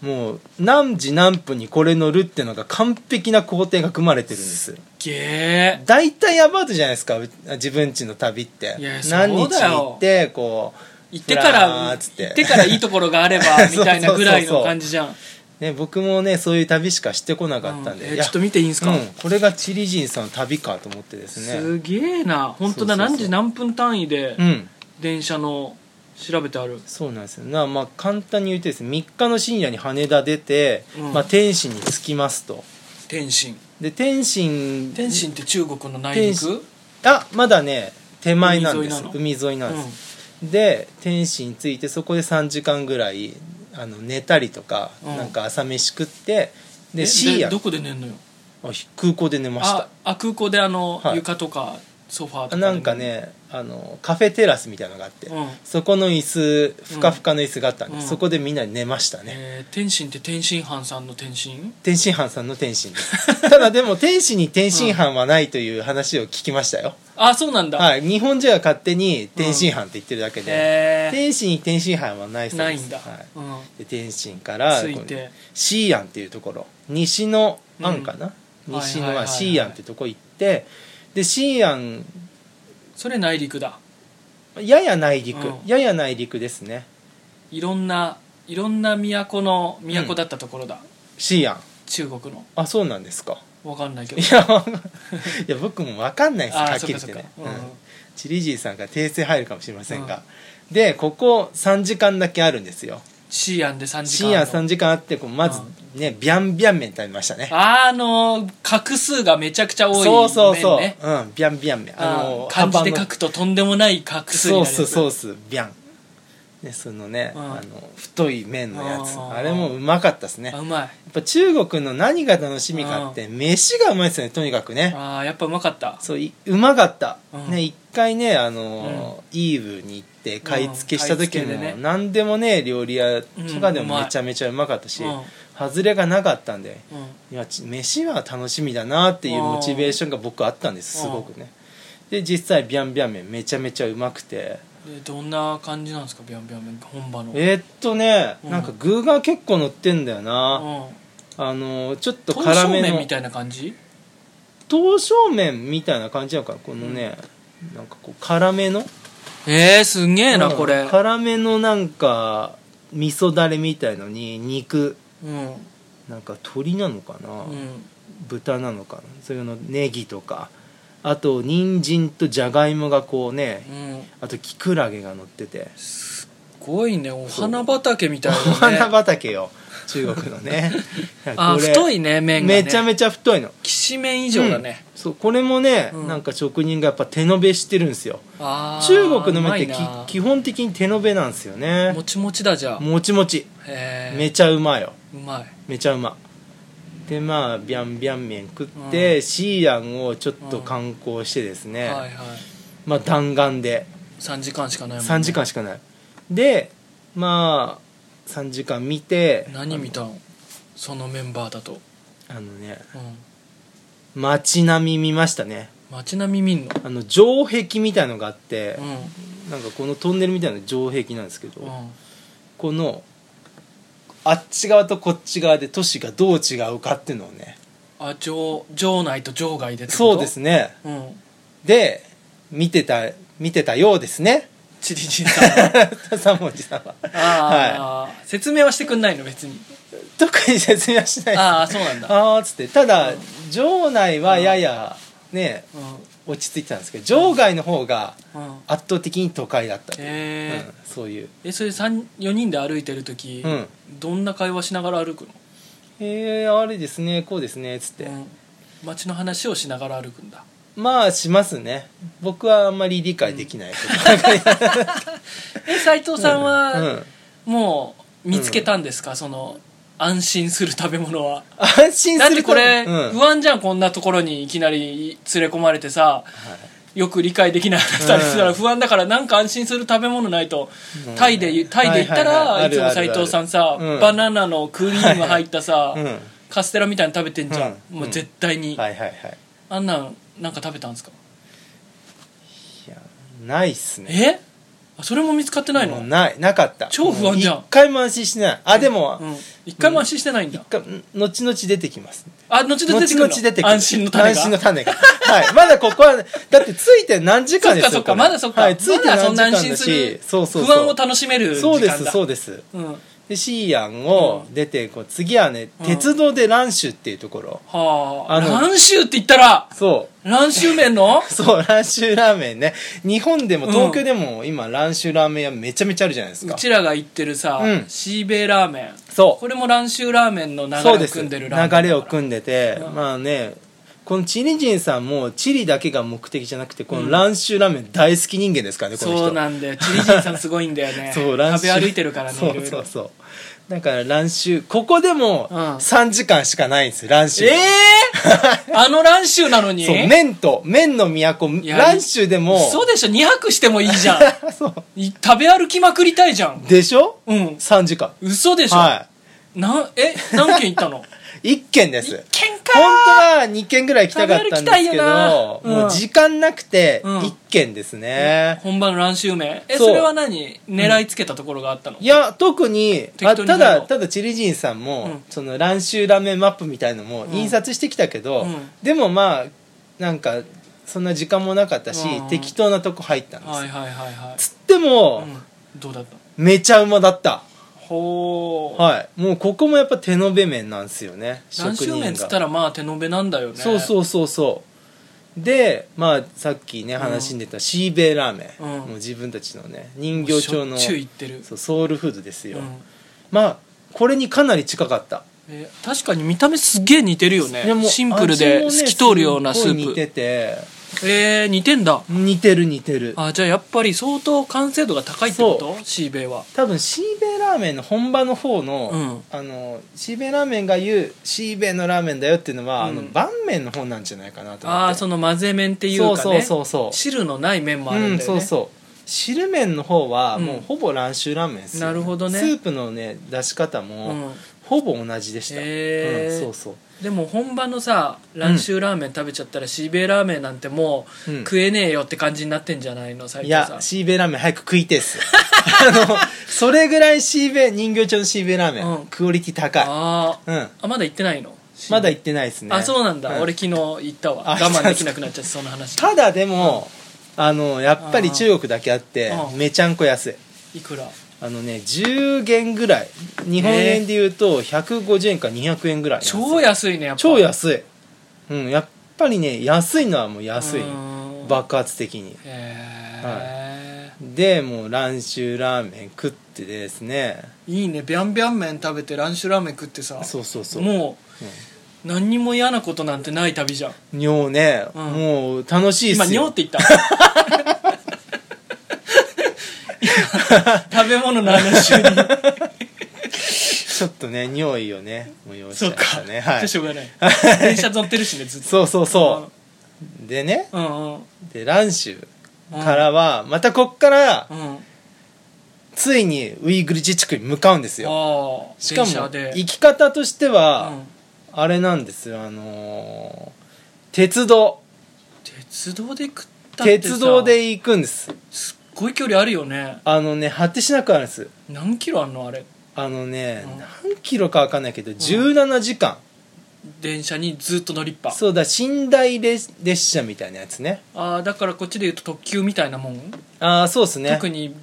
Speaker 2: もう何時何分にこれ乗るってのが完璧な工程が組まれてるんです
Speaker 1: げえ
Speaker 2: 大体アバウトじゃないですかう自分ちの旅って
Speaker 1: いや
Speaker 2: 何
Speaker 1: そう
Speaker 2: 日
Speaker 1: だよ
Speaker 2: 行ってこう
Speaker 1: 行ってから
Speaker 2: ふらーっつって
Speaker 1: 行ってからいいところがあればみたいなぐらいの感じじゃん
Speaker 2: ね、僕もねそういう旅しかしてこなかったんで、
Speaker 1: うんえ
Speaker 2: いや
Speaker 1: ちょっと見ていいんすか
Speaker 2: うんこれがチリ人さんの旅かと思ってですね
Speaker 1: すげえな本当だ
Speaker 2: そうそうそ
Speaker 1: 何
Speaker 2: う
Speaker 1: 時何分単位で
Speaker 2: うん
Speaker 1: 電車の調べてある
Speaker 2: そうなんですよなまあ簡単に言うとですね3日の深夜に羽田出て、
Speaker 1: うん
Speaker 2: まあ、天津に着きますと
Speaker 1: 天津
Speaker 2: で天津
Speaker 1: 天津って中国の内陸
Speaker 2: あまだね手前なんです
Speaker 1: 海
Speaker 2: 海沿いなんです、で天津に着いてそこで3時間ぐらいあの寝たりとか、
Speaker 1: うん
Speaker 2: なんか朝飯食って
Speaker 1: え
Speaker 2: で深夜
Speaker 1: どこで寝んのよ
Speaker 2: あ空港で寝ました
Speaker 1: ああ空港であの、
Speaker 2: はい
Speaker 1: 床とかソファーとかで
Speaker 2: なんかねあのカフェテラスみたいなのがあって、
Speaker 1: うん
Speaker 2: そこの椅子ふかふかの椅子があったんで、
Speaker 1: うん
Speaker 2: そこでみんなで寝ましたね、
Speaker 1: えー天津って天津飯さんの天津
Speaker 2: 天津飯さんの天津です ただでも天津に天津飯はないという話を聞きましたよ、
Speaker 1: あそうなんだ、
Speaker 2: はい日本人は勝手に天津飯って言ってるだけで、
Speaker 1: へえ
Speaker 2: 天津に天津飯はないそうです
Speaker 1: ないんだ、
Speaker 2: はい
Speaker 1: うん、
Speaker 2: で天津から
Speaker 1: ついて
Speaker 2: シーアンっていうところ西の案かな、
Speaker 1: うんは
Speaker 2: 西
Speaker 1: い
Speaker 2: の
Speaker 1: はいはいは
Speaker 2: 案
Speaker 1: い
Speaker 2: シーアンってとこ行ってでシーアン
Speaker 1: それ内陸だ
Speaker 2: やや内陸、
Speaker 1: うん
Speaker 2: やや内陸ですね
Speaker 1: いろんないろんな都の都だったところだ、
Speaker 2: シーアン
Speaker 1: 中国の
Speaker 2: あそうなんですか
Speaker 1: わかんないけど
Speaker 2: いやわかんいや僕も分かんないです
Speaker 1: あー
Speaker 2: はっきり言ってね
Speaker 1: そっかそっかうん
Speaker 2: うんチリジーさんから訂正入るかもしれませんが、でここ3時間だけあるんですよ
Speaker 1: 深夜で3時間
Speaker 2: 深夜3時間あってこうまずねビャンビャン麺食べましたね
Speaker 1: あの画数がめちゃくちゃ多い面ね
Speaker 2: そうそうそう、うん、ビャンビャン麺あの
Speaker 1: 漢字で書
Speaker 2: 看
Speaker 1: くととんでもない画数になるや
Speaker 2: 板の
Speaker 1: つ
Speaker 2: ソースソースビャンねそのね、
Speaker 1: うん
Speaker 2: あの太い麺のやつ
Speaker 1: あ
Speaker 2: あ
Speaker 1: ー
Speaker 2: れもうまかったですね
Speaker 1: あ
Speaker 2: や
Speaker 1: う
Speaker 2: っ
Speaker 1: まい
Speaker 2: ぱ中国の何が楽しみかって飯がうまいですよねとにかくね
Speaker 1: あーやっぱうまかった
Speaker 2: そういうまかった、
Speaker 1: うん
Speaker 2: ね一回ねあの、イーブに行って買い付けした時
Speaker 1: うん買い付け
Speaker 2: も、
Speaker 1: でね
Speaker 2: 何でもね料理屋とかで
Speaker 1: うんう
Speaker 2: も
Speaker 1: まい
Speaker 2: めちゃめちゃうまかったし、
Speaker 1: うん
Speaker 2: 外れがなかったんで
Speaker 1: うん
Speaker 2: いやち飯は楽しみだなっていうモチベーションが僕あったんですす
Speaker 1: うん
Speaker 2: ごくねで実際ビャンビャン麺めちゃめちゃうまくて
Speaker 1: でどんな感じなんですかビャンビャン麺本場の
Speaker 2: えーっとね、
Speaker 1: うん
Speaker 2: なんか具が結構乗ってんだよ
Speaker 1: う
Speaker 2: な、
Speaker 1: ん
Speaker 2: あのちょっと
Speaker 1: 刀
Speaker 2: 辛
Speaker 1: 削
Speaker 2: め
Speaker 1: 麺
Speaker 2: の
Speaker 1: みたいな感じ
Speaker 2: 刀削麺みたいな感じなのかなこのね、なんかこう辛めの
Speaker 1: えー、すんげえな、
Speaker 2: うん
Speaker 1: これ
Speaker 2: 辛めのなんか味噌だれみたいのに肉
Speaker 1: うん
Speaker 2: なんか鶏なのかな、
Speaker 1: うん
Speaker 2: 豚なのかなそういうのネギとかあと人参とじゃがいもがこうね
Speaker 1: うん
Speaker 2: あとキクラゲが乗ってて
Speaker 1: すごいねお花畑みたい
Speaker 2: お
Speaker 1: な、ね、
Speaker 2: 花畑よ中国のね
Speaker 1: あー
Speaker 2: これ
Speaker 1: 太いね麺がね
Speaker 2: めちゃめちゃ太いの
Speaker 1: きしめん以上だね、
Speaker 2: うんそうこれもね、
Speaker 1: うん
Speaker 2: なんか職人がやっぱ手延べしてるんですよ
Speaker 1: あー
Speaker 2: 中国の麺って
Speaker 1: うまいな
Speaker 2: き基本的に手延べなんですよね
Speaker 1: もちもちだじゃあ
Speaker 2: もちもち
Speaker 1: へえ
Speaker 2: めちゃうまいよ
Speaker 1: うまい
Speaker 2: めちゃうまでまあビャンビャン麺食って、シーランをちょっと観光してですね、
Speaker 1: はいはい
Speaker 2: まあ弾丸で
Speaker 1: 3時間しかないもん、ね、
Speaker 2: 3時間しかない、でまあ3時間見て
Speaker 1: 何見たのそのメンバーだと、
Speaker 2: あのね
Speaker 1: うん、
Speaker 2: 街並み見ましたね
Speaker 1: 街並み見んの
Speaker 2: あの城壁みたいのがあって
Speaker 1: う、ん
Speaker 2: なんかこのトンネルみたいな城壁なんですけど、
Speaker 1: うん
Speaker 2: このあっち側とこっち側で都市がどう違うかっていうのをね
Speaker 1: あ城城内と城外でってこと
Speaker 2: そうですね
Speaker 1: うん
Speaker 2: で見てた見てたようですね
Speaker 1: チリジンさんは
Speaker 2: 三文字さんは
Speaker 1: あー、説明はしてくんないの別に
Speaker 2: 特に説明はしないです
Speaker 1: ああそうなんだ、
Speaker 2: あーっつってただ城内はややね
Speaker 1: う
Speaker 2: 落ち着いてたんですけど城外の方が
Speaker 1: んうん、
Speaker 2: 圧倒的に都会だったという、
Speaker 1: へ
Speaker 2: うんそういう
Speaker 1: えそれ三4人で歩いてる時、
Speaker 2: うん
Speaker 1: どんな会話しながら歩くの、
Speaker 2: えー、あれですねこうですねっつって、
Speaker 1: うん、街の話をしながら歩くんだ
Speaker 2: まあしますね僕はあんまり理解できないこと
Speaker 1: え斉藤さん
Speaker 2: うん
Speaker 1: はもう見つけたんですか、その安心する食べ物は
Speaker 2: 安心
Speaker 1: だっ
Speaker 2: す
Speaker 1: て
Speaker 2: る
Speaker 1: これ、
Speaker 2: うん
Speaker 1: 不安じゃんこんなところにいきなり連れ込まれてさ、よく理解できない話されてたら
Speaker 2: うん
Speaker 1: 不安だからなんか安心する食べ物ないと、
Speaker 2: うん
Speaker 1: タイでタイで行った
Speaker 2: はいはいは
Speaker 1: ら
Speaker 2: いあ
Speaker 1: いつ
Speaker 2: るあ
Speaker 1: も
Speaker 2: る
Speaker 1: 斉藤さんさ、
Speaker 2: うん
Speaker 1: バナナのクリーム入ったさ、
Speaker 2: うん、はい
Speaker 1: カステラみたいなの食べてんじゃん、
Speaker 2: うん
Speaker 1: もう絶対に、
Speaker 2: はいはい
Speaker 1: あんなんなんか食べたんですか
Speaker 2: いやないっすね
Speaker 1: えあそれも見つかってないの、
Speaker 2: もうないなかった
Speaker 1: 超不安じゃん
Speaker 2: もう一回も安心してないあでも、
Speaker 1: うん、一回も安心してないんだ、
Speaker 2: 一回ん後々出てきます
Speaker 1: あ後々出てくるの
Speaker 2: 後々出てくる
Speaker 1: 安心の種が
Speaker 2: 安心の種がはいまだここはだってついて何時間ですよ
Speaker 1: そっかそっか
Speaker 2: これ
Speaker 1: まだそっか
Speaker 2: はい、ついて
Speaker 1: まだそ
Speaker 2: 何
Speaker 1: んな
Speaker 2: 時間
Speaker 1: 安
Speaker 2: だ
Speaker 1: 心
Speaker 2: し
Speaker 1: する
Speaker 2: そうそうそう
Speaker 1: 不安を楽しめる時間だ
Speaker 2: そうですそうです
Speaker 1: うんは
Speaker 2: でシーアンを出てこう次はね鉄道で蘭州っていうところ、
Speaker 1: あ
Speaker 2: あの
Speaker 1: 蘭州って言ったら
Speaker 2: そう
Speaker 1: 蘭州麺の
Speaker 2: そう、蘭州ラーメンね。日本でも、
Speaker 1: うん
Speaker 2: 東京でも、今、蘭州ラーメン屋めちゃめちゃあるじゃないです
Speaker 1: う
Speaker 2: か。
Speaker 1: ちらが行ってるさ、
Speaker 2: うん
Speaker 1: シーベイラーメン
Speaker 2: そ
Speaker 1: これも蘭州ラーメンの流
Speaker 2: う。そう
Speaker 1: れ
Speaker 2: で
Speaker 1: を
Speaker 2: す。
Speaker 1: 組ん
Speaker 2: 流
Speaker 1: でるラーメンだから
Speaker 2: れを組んでて、
Speaker 1: うん
Speaker 2: まあね、このチリ人さんも、チリだけが目的じゃなくて、この蘭州ラーメン大好き人間ですからね、この人。
Speaker 1: そうなんだよチリ人さんすごいんだよね
Speaker 2: そう蘭
Speaker 1: 食
Speaker 2: 州
Speaker 1: べ歩いてるからね
Speaker 2: そう
Speaker 1: いろい
Speaker 2: そ
Speaker 1: ろ
Speaker 2: うそう。だから、蘭州、ここでも、
Speaker 1: うん
Speaker 2: 3時間しかないんですよ、蘭州。
Speaker 1: ええ あの蘭州なのに
Speaker 2: そう、麺と、麺の都、
Speaker 1: や
Speaker 2: 蘭州でも、
Speaker 1: そうでしょ2泊してもいいじゃん
Speaker 2: そう
Speaker 1: い 食べ歩きまくりたいじゃん
Speaker 2: でしょ
Speaker 1: うん
Speaker 2: ?3 時間。
Speaker 1: 嘘でしょ、
Speaker 2: は
Speaker 1: なんえ何軒行った の
Speaker 2: い。1軒です。
Speaker 1: 一軒か
Speaker 2: 本当は2軒ぐらい行きたかったんです
Speaker 1: 食べ歩きたい
Speaker 2: け
Speaker 1: よ
Speaker 2: ど、
Speaker 1: なうん
Speaker 2: もう時間なくて
Speaker 1: うん
Speaker 2: 1軒ですね、
Speaker 1: 本場の蘭州名えそ
Speaker 2: そう
Speaker 1: れは何狙いつけたところがあったの、
Speaker 2: いや特に
Speaker 1: 適
Speaker 2: あ
Speaker 1: 当に
Speaker 2: た
Speaker 1: 入ろ
Speaker 2: だ
Speaker 1: う
Speaker 2: ただチリ人さんも、
Speaker 1: うん
Speaker 2: その蘭州ラーメンマップみたいのも
Speaker 1: ん
Speaker 2: 印刷してきたけど、
Speaker 1: うん
Speaker 2: でもまあなんかそんな時間もなかったし、
Speaker 1: うん
Speaker 2: 適当なとこ入ったんです、
Speaker 1: はいはいはいはい
Speaker 2: つっても、
Speaker 1: うん、どうだった
Speaker 2: めちゃうまだった
Speaker 1: ほう
Speaker 2: はいもうここもやっぱ手延べ麺なんですよね
Speaker 1: 何周
Speaker 2: 職人
Speaker 1: 年
Speaker 2: が
Speaker 1: つったらまあ手延べなんだよね
Speaker 2: そうそうそうそうでまあさっきね話に出たシーベイラーメン、
Speaker 1: うん
Speaker 2: もう自分たちのね人
Speaker 1: しょっ
Speaker 2: 形
Speaker 1: ちゅ
Speaker 2: 町
Speaker 1: う
Speaker 2: の
Speaker 1: 行ってる
Speaker 2: そうソウルフードですよ、
Speaker 1: うん
Speaker 2: まあこれにかなり近かった
Speaker 1: えー確かに見た目すげえ似てるよね
Speaker 2: でも
Speaker 1: シンプル
Speaker 2: 味
Speaker 1: で
Speaker 2: もね
Speaker 1: 透き通るようなス
Speaker 2: すっごい
Speaker 1: ー
Speaker 2: 似
Speaker 1: プ
Speaker 2: てて
Speaker 1: えー、似てんだ
Speaker 2: 似てる似てる
Speaker 1: あじゃあやっぱり相当完成度が高いってことシーベイは
Speaker 2: 多分シーベイラーメンの本場の方の、
Speaker 1: うん
Speaker 2: あのシーベイラーメンが言うシーベイのラーメンだよっていうのは、
Speaker 1: うん
Speaker 2: あの拌麺の方なんじゃないかなと思って
Speaker 1: ああーその混ぜ麺っていう
Speaker 2: そう
Speaker 1: かね
Speaker 2: そうそうそう
Speaker 1: 汁のない麺もあるんだよ
Speaker 2: う
Speaker 1: ね、
Speaker 2: んそうそう汁麺の方は
Speaker 1: うん
Speaker 2: もうほぼ蘭州ラーメンですよ
Speaker 1: なるほどね
Speaker 2: スープのね出し方も
Speaker 1: ん
Speaker 2: ほぼ同じでした、
Speaker 1: へー
Speaker 2: うんそうそう
Speaker 1: でも本場のさ蘭州ラーメン食べちゃったらシーベイラーメンなんてもう、
Speaker 2: うん
Speaker 1: 食えねえよって感じになってんじゃないの斉
Speaker 2: い
Speaker 1: 藤さ
Speaker 2: や
Speaker 1: ん
Speaker 2: シーベイラーメン早く食いてえっす あのそれぐらいシーベイ人形町のシーベイラーメン、
Speaker 1: うん
Speaker 2: クオリティ高
Speaker 1: あ
Speaker 2: いうん
Speaker 1: ーあまだ行ってないの
Speaker 2: まだ行ってないですね
Speaker 1: あそうなんだ、
Speaker 2: うん
Speaker 1: 俺昨日行ったわ
Speaker 2: あ
Speaker 1: 我慢できなくなっちゃってその話
Speaker 2: ただでも、あのやっぱり中国だけあって
Speaker 1: うん
Speaker 2: めちゃんこ安い
Speaker 1: いくら
Speaker 2: あのね10元ぐらい日本円でいうと150円か200円ぐらいなんですよ
Speaker 1: 超安いねやっぱ
Speaker 2: 超安いうんやっぱりね安いのはもう安い
Speaker 1: バッ
Speaker 2: 爆発的に
Speaker 1: へえ、
Speaker 2: でもう蘭州ラーメン食ってですね
Speaker 1: い、いねビャンビャン麺食べてランシュラーメン食ってさ
Speaker 2: そうそうそう
Speaker 1: もう何にも嫌なことなんてない旅じゃん
Speaker 2: 尿ね、
Speaker 1: うん
Speaker 2: もう楽しいっ
Speaker 1: 今
Speaker 2: すよ
Speaker 1: 尿 って言った今食べ物の話 に
Speaker 2: ちょっとね尿意 をね催しち
Speaker 1: そ
Speaker 2: ゃ
Speaker 1: う
Speaker 2: い
Speaker 1: か
Speaker 2: ました、ねはい
Speaker 1: しょうがない電車乗ってるしねずっと
Speaker 2: そうそうそうでね
Speaker 1: うんうんうん
Speaker 2: で蘭州からはまたこっから
Speaker 1: うん
Speaker 2: ついにウイグル自治区に向かうんですよ
Speaker 1: ああ
Speaker 2: しかも
Speaker 1: 電車で
Speaker 2: 行き方として
Speaker 1: う
Speaker 2: は
Speaker 1: ん
Speaker 2: あれなんですよあのー鉄道
Speaker 1: 鉄道で食ったってさ
Speaker 2: 鉄道で行くんです
Speaker 1: すっごい距離あるよね
Speaker 2: あのね果てしなくあるんです
Speaker 1: 何キロあんのあれ
Speaker 2: あのね、
Speaker 1: うん
Speaker 2: 何キロか分かんないけど17時間、
Speaker 1: 電車にずっと乗りっぱ
Speaker 2: そうだ寝台列列車みたいなやつね
Speaker 1: ああだからこっちで言うと特急みたいなもん、
Speaker 2: ああそうですね
Speaker 1: 特に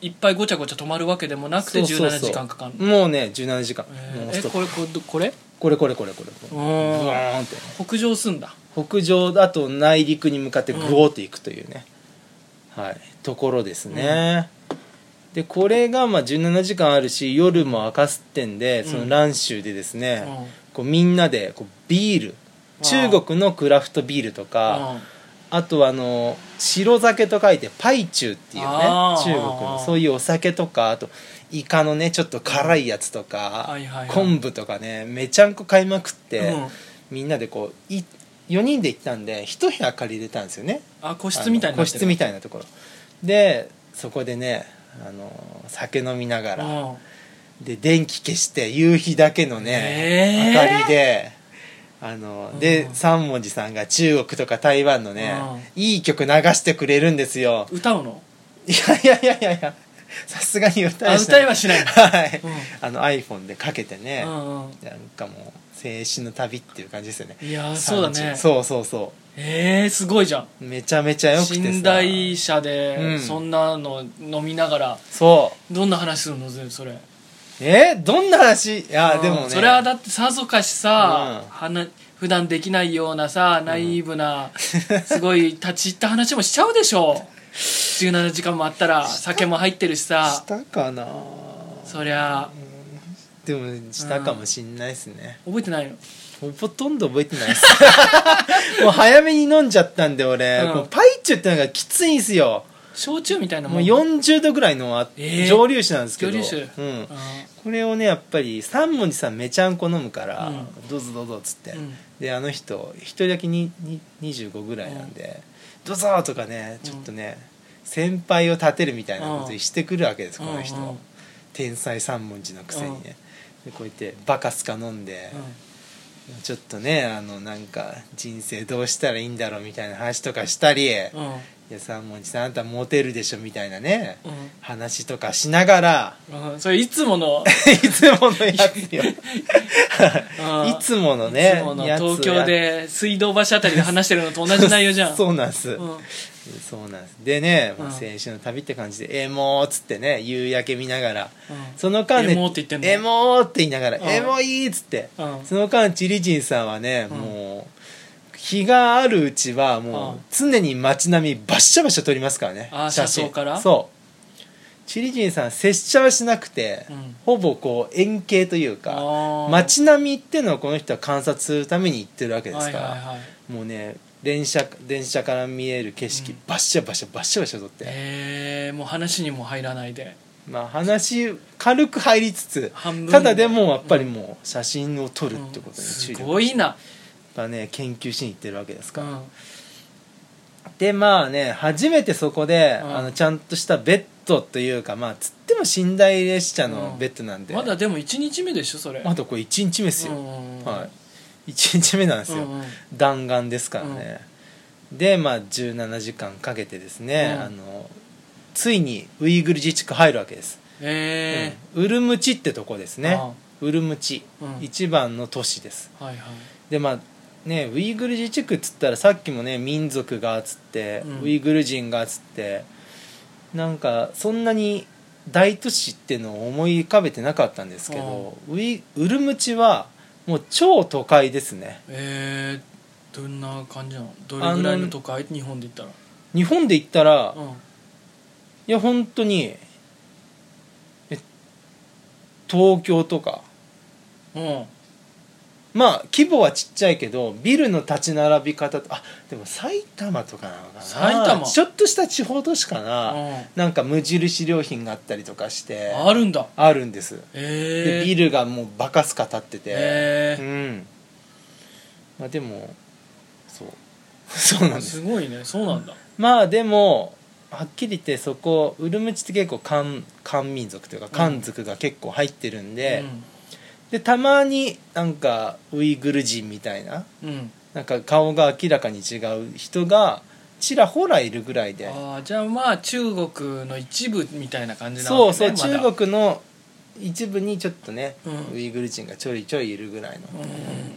Speaker 1: いっぱいごちゃごちゃ止まるわけでもなくて
Speaker 2: そうそうそう
Speaker 1: 17時間かかるの
Speaker 2: もうね17時間
Speaker 1: え
Speaker 2: ノン
Speaker 1: ー
Speaker 2: スト
Speaker 1: え
Speaker 2: ップ
Speaker 1: これこれこれ
Speaker 2: これこれこれこれ
Speaker 1: う
Speaker 2: これブ
Speaker 1: ん
Speaker 2: ワーンって
Speaker 1: 北上すんだ
Speaker 2: 北上だと内陸に向かってグオーっていくというね、はいところですね、でこれがまあ17時間あるし夜も赤すってんでその蘭州でですね、
Speaker 1: うん
Speaker 2: こうみんなでこうビール中国のクラフトビールとか
Speaker 1: うん
Speaker 2: あとはあの白酒と書いてパイチューっていうね
Speaker 1: あー
Speaker 2: 中国のそういうお酒とかあとイカのねちょっと辛いやつとか、
Speaker 1: はいはいはい
Speaker 2: 昆布とかねめちゃんこ買いまくって、
Speaker 1: うん
Speaker 2: みんなでこうい4人で行ったんで一部屋借りれたんですよね
Speaker 1: あ個室みたい
Speaker 2: あ
Speaker 1: に
Speaker 2: の
Speaker 1: な
Speaker 2: 個
Speaker 1: ってる
Speaker 2: 室みたいなところでそこでねあの酒飲みながら、
Speaker 1: うん
Speaker 2: で電気消して夕日だけのね、
Speaker 1: えー
Speaker 2: 明かりであので、
Speaker 1: うん
Speaker 2: 三文字さんが中国とか台湾のね、いい曲流してくれるんですよ
Speaker 1: 歌うの
Speaker 2: いやいやいやいやいやさすがに歌
Speaker 1: あ
Speaker 2: はしな
Speaker 1: 歌
Speaker 2: い
Speaker 1: いはしない
Speaker 2: はい、
Speaker 1: うん
Speaker 2: あの iPhone でかけてね、
Speaker 1: うんうん
Speaker 2: なんかもう青春の旅っていう感じですよね
Speaker 1: いやーそうだね
Speaker 2: 30そうそうそ
Speaker 1: えー、すごいじゃん
Speaker 2: うめちゃめちゃよくてさ
Speaker 1: 寝台車
Speaker 2: う
Speaker 1: で
Speaker 2: ん
Speaker 1: そんなの飲みながら
Speaker 2: そう
Speaker 1: どんな話するの全それ
Speaker 2: えーどんな話いや
Speaker 1: うん
Speaker 2: でもね
Speaker 1: それはだってさぞかしさ、
Speaker 2: うん
Speaker 1: はな普段できないようなさナイーブな、すごい立ち入った話もしちゃうでしょ17時間もあったら酒も入ってるし
Speaker 2: し
Speaker 1: さ
Speaker 2: たかな
Speaker 1: そりゃ
Speaker 2: でもしたかもしんないですね、
Speaker 1: 覚えてないの
Speaker 2: ほとんど覚えてないです もう早めに飲んじゃったんで俺、
Speaker 1: うん
Speaker 2: こうパイチュってのがきついんすよ
Speaker 1: 焼酎みたいなも
Speaker 2: もうん40度ぐらいのあ、
Speaker 1: えー
Speaker 2: 蒸留酒なんですけ
Speaker 1: 蒸
Speaker 2: ど
Speaker 1: 留酒、
Speaker 2: うん
Speaker 1: あ、
Speaker 2: これをねやっぱり三文字さんめちゃんこ飲むから、
Speaker 1: うん
Speaker 2: どうぞどうぞっつって、
Speaker 1: うん
Speaker 2: であの人一人だけにに25ぐらいなんで、どうぞとかねちょっとね、先輩を立てるみたいなこと
Speaker 1: うん
Speaker 2: してくるわけです、この人、
Speaker 1: うんうん
Speaker 2: 天才三文字のくせにね、でこうやってバカスカ飲んで、ちょっとねあのなんか人生どうしたらいいんだろうみたいな話とかしたり、
Speaker 1: うんうん
Speaker 2: いや三文字さんあんたモテるでしょみたいなね、
Speaker 1: うん
Speaker 2: 話とかしながら
Speaker 1: うんそれいつもの
Speaker 2: いつものやつよ
Speaker 1: うん
Speaker 2: いつものね
Speaker 1: いつもの
Speaker 2: やつをや
Speaker 1: 東京で水道橋あたりで話してるのと同じ内容じゃん
Speaker 2: そうなんです、
Speaker 1: うん
Speaker 2: そうなんですでね、もう
Speaker 1: うん
Speaker 2: 青春の旅って感じで「エモー」っつってね夕焼け見ながら、
Speaker 1: うん
Speaker 2: その間ね
Speaker 1: エモーって言ってんの
Speaker 2: エモーって言いながら「
Speaker 1: うん
Speaker 2: エモい」っつって、
Speaker 1: うん
Speaker 2: その間チリジンさんはね、
Speaker 1: うん
Speaker 2: もう日があるうちは
Speaker 1: う
Speaker 2: もうん常に街並みバッシャバシャ撮りますからね
Speaker 1: あー車窓から
Speaker 2: そうチリ人さん拙者はしなくて、
Speaker 1: うん
Speaker 2: ほぼこう円形というか
Speaker 1: 街
Speaker 2: 街並みってのをこの人は観察するために行ってるわけ
Speaker 1: で
Speaker 2: ですから、
Speaker 1: はいはいはい、
Speaker 2: もうね電車電車から見える景色、
Speaker 1: うん
Speaker 2: バッシャバシャバッシャバシャ撮って、
Speaker 1: えー、もう話にも入らないで
Speaker 2: まあ話軽く入りつつ
Speaker 1: 半分
Speaker 2: ただでもやっぱりもう写真を撮るってことに注
Speaker 1: す
Speaker 2: 意力
Speaker 1: ごいな、
Speaker 2: やっぱね研究しに行ってるわけです
Speaker 1: う
Speaker 2: から、
Speaker 1: ん、
Speaker 2: でまあね初めてそこで、
Speaker 1: うん
Speaker 2: あのちゃんとしたベッドというかまあつっても寝台列車のベッドなんで、
Speaker 1: まだでも1日目でしょそれ
Speaker 2: まだこれ1日目ですよ、
Speaker 1: うん
Speaker 2: はい、1日目なんですよ、
Speaker 1: うんうん
Speaker 2: 弾丸ですからね、でまあ17時間かけてですね、
Speaker 1: うん
Speaker 2: あのついにウイグル自治区入るわけです、
Speaker 1: え
Speaker 2: うんウルムチってとこですね、ウルムチ、
Speaker 1: えうん
Speaker 2: 一番の都市です
Speaker 1: はいはい
Speaker 2: でまあねウイグル自治区っつったらさっきもね民族がつって、
Speaker 1: うん
Speaker 2: ウイグル人がつってなんかそんなに大都市っていうのを思い浮かべてなかったんですけど、ウイウルムチはもう超都会ですね
Speaker 1: えー、どんな感じなのどれぐらいの都会日本で言っ
Speaker 2: 日本で言ったら、
Speaker 1: たら、うん、
Speaker 2: いや本当にえ東京とか
Speaker 1: うん、
Speaker 2: まあ規模はちっちゃいけどビルの立ち並び方とあでも埼玉とかなのかな
Speaker 1: 埼玉
Speaker 2: ちょっとした地方都市かな、
Speaker 1: う
Speaker 2: なんか無印良品があったりとかして
Speaker 1: ん、あるんだ
Speaker 2: あるんです、
Speaker 1: ええ
Speaker 2: でビルがもうバカすか立ってて、
Speaker 1: え
Speaker 2: うんまあでもそう そうなん
Speaker 1: え
Speaker 2: です
Speaker 1: すごいねそうなんだ
Speaker 2: まあでもはっきり言ってそこウルムチって結構漢漢民族というか漢族が結構入ってるんで、でたまになんかウイグル人みたいな
Speaker 1: うん、うん、
Speaker 2: なんか顔が明らかに違う人がちらほらいるぐらいで
Speaker 1: ああじゃあまあ中国の一部みたいな感じな
Speaker 2: そう
Speaker 1: わ
Speaker 2: そう、
Speaker 1: けねまだ
Speaker 2: 中国の一部にちょっとね、
Speaker 1: うん
Speaker 2: ウイグル人がちょいちょいいるぐらいの
Speaker 1: う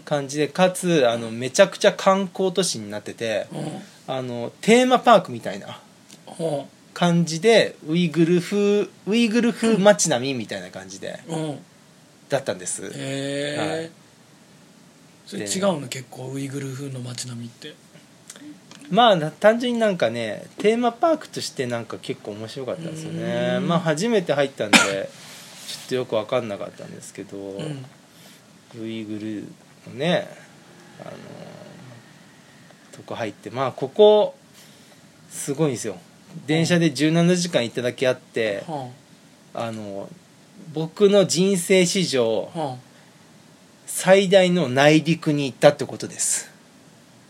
Speaker 2: 感じでかつあのめちゃくちゃ観光都市になってて
Speaker 1: んうん
Speaker 2: あのテーマパークみたいな
Speaker 1: うん
Speaker 2: 感じでウイグル風ウイグル風街並みみたいな感じで
Speaker 1: うん
Speaker 2: だったんです
Speaker 1: へえ、
Speaker 2: はい
Speaker 1: それ
Speaker 2: で
Speaker 1: 違うの結構ウイグル風の街並みって
Speaker 2: まあな単純になんかねテーマパークとしてなんか結構面白かったんですよね
Speaker 1: うん
Speaker 2: まあ初めて入ったんでちょっとよく分かんなかったんですけど、
Speaker 1: うん
Speaker 2: ウイグルのねあのとこ入ってまあここすごいんですよ電車で17時間行っただけあって
Speaker 1: は
Speaker 2: あの僕の人生史上
Speaker 1: あは
Speaker 2: 最大の内陸に行ったってことです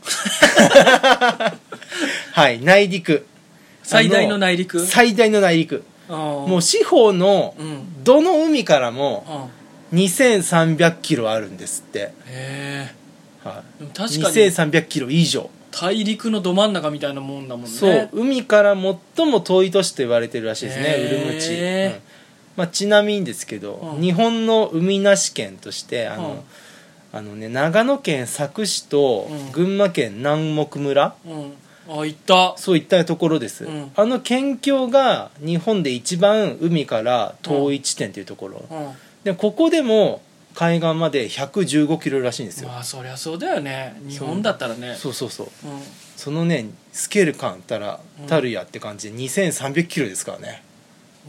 Speaker 2: はい内陸
Speaker 1: あ最大の内陸
Speaker 2: 最大の内陸も
Speaker 1: も
Speaker 2: う四方の
Speaker 1: うん
Speaker 2: どの海からも
Speaker 1: あ
Speaker 2: 2300キロあるんですって、
Speaker 1: へ
Speaker 2: は
Speaker 1: えでも
Speaker 2: い、
Speaker 1: 確かに
Speaker 2: 2300キロ以上
Speaker 1: 大陸のど真ん中みたいなもんだもんね
Speaker 2: そう海から最も遠い都市と言われてるらしいですね
Speaker 1: へー
Speaker 2: ウルムチ、うんまあ、ちなみにですけど、
Speaker 1: うん
Speaker 2: 日本の海なし県としてあの、あのね、長野県佐久市と
Speaker 1: うん
Speaker 2: 群馬県南牧村、
Speaker 1: うんあ行った
Speaker 2: そういったところです、
Speaker 1: うん
Speaker 2: あの県境が日本で一番海から遠い地点というところ、
Speaker 1: うん
Speaker 2: でここでも海岸まで115キロらしいんですよ、
Speaker 1: まあそりゃそうだよね日本だったらね
Speaker 2: そうそうそう
Speaker 1: うん
Speaker 2: そのねスケール感たら
Speaker 1: うん
Speaker 2: たるやって感じで2300キロですからね、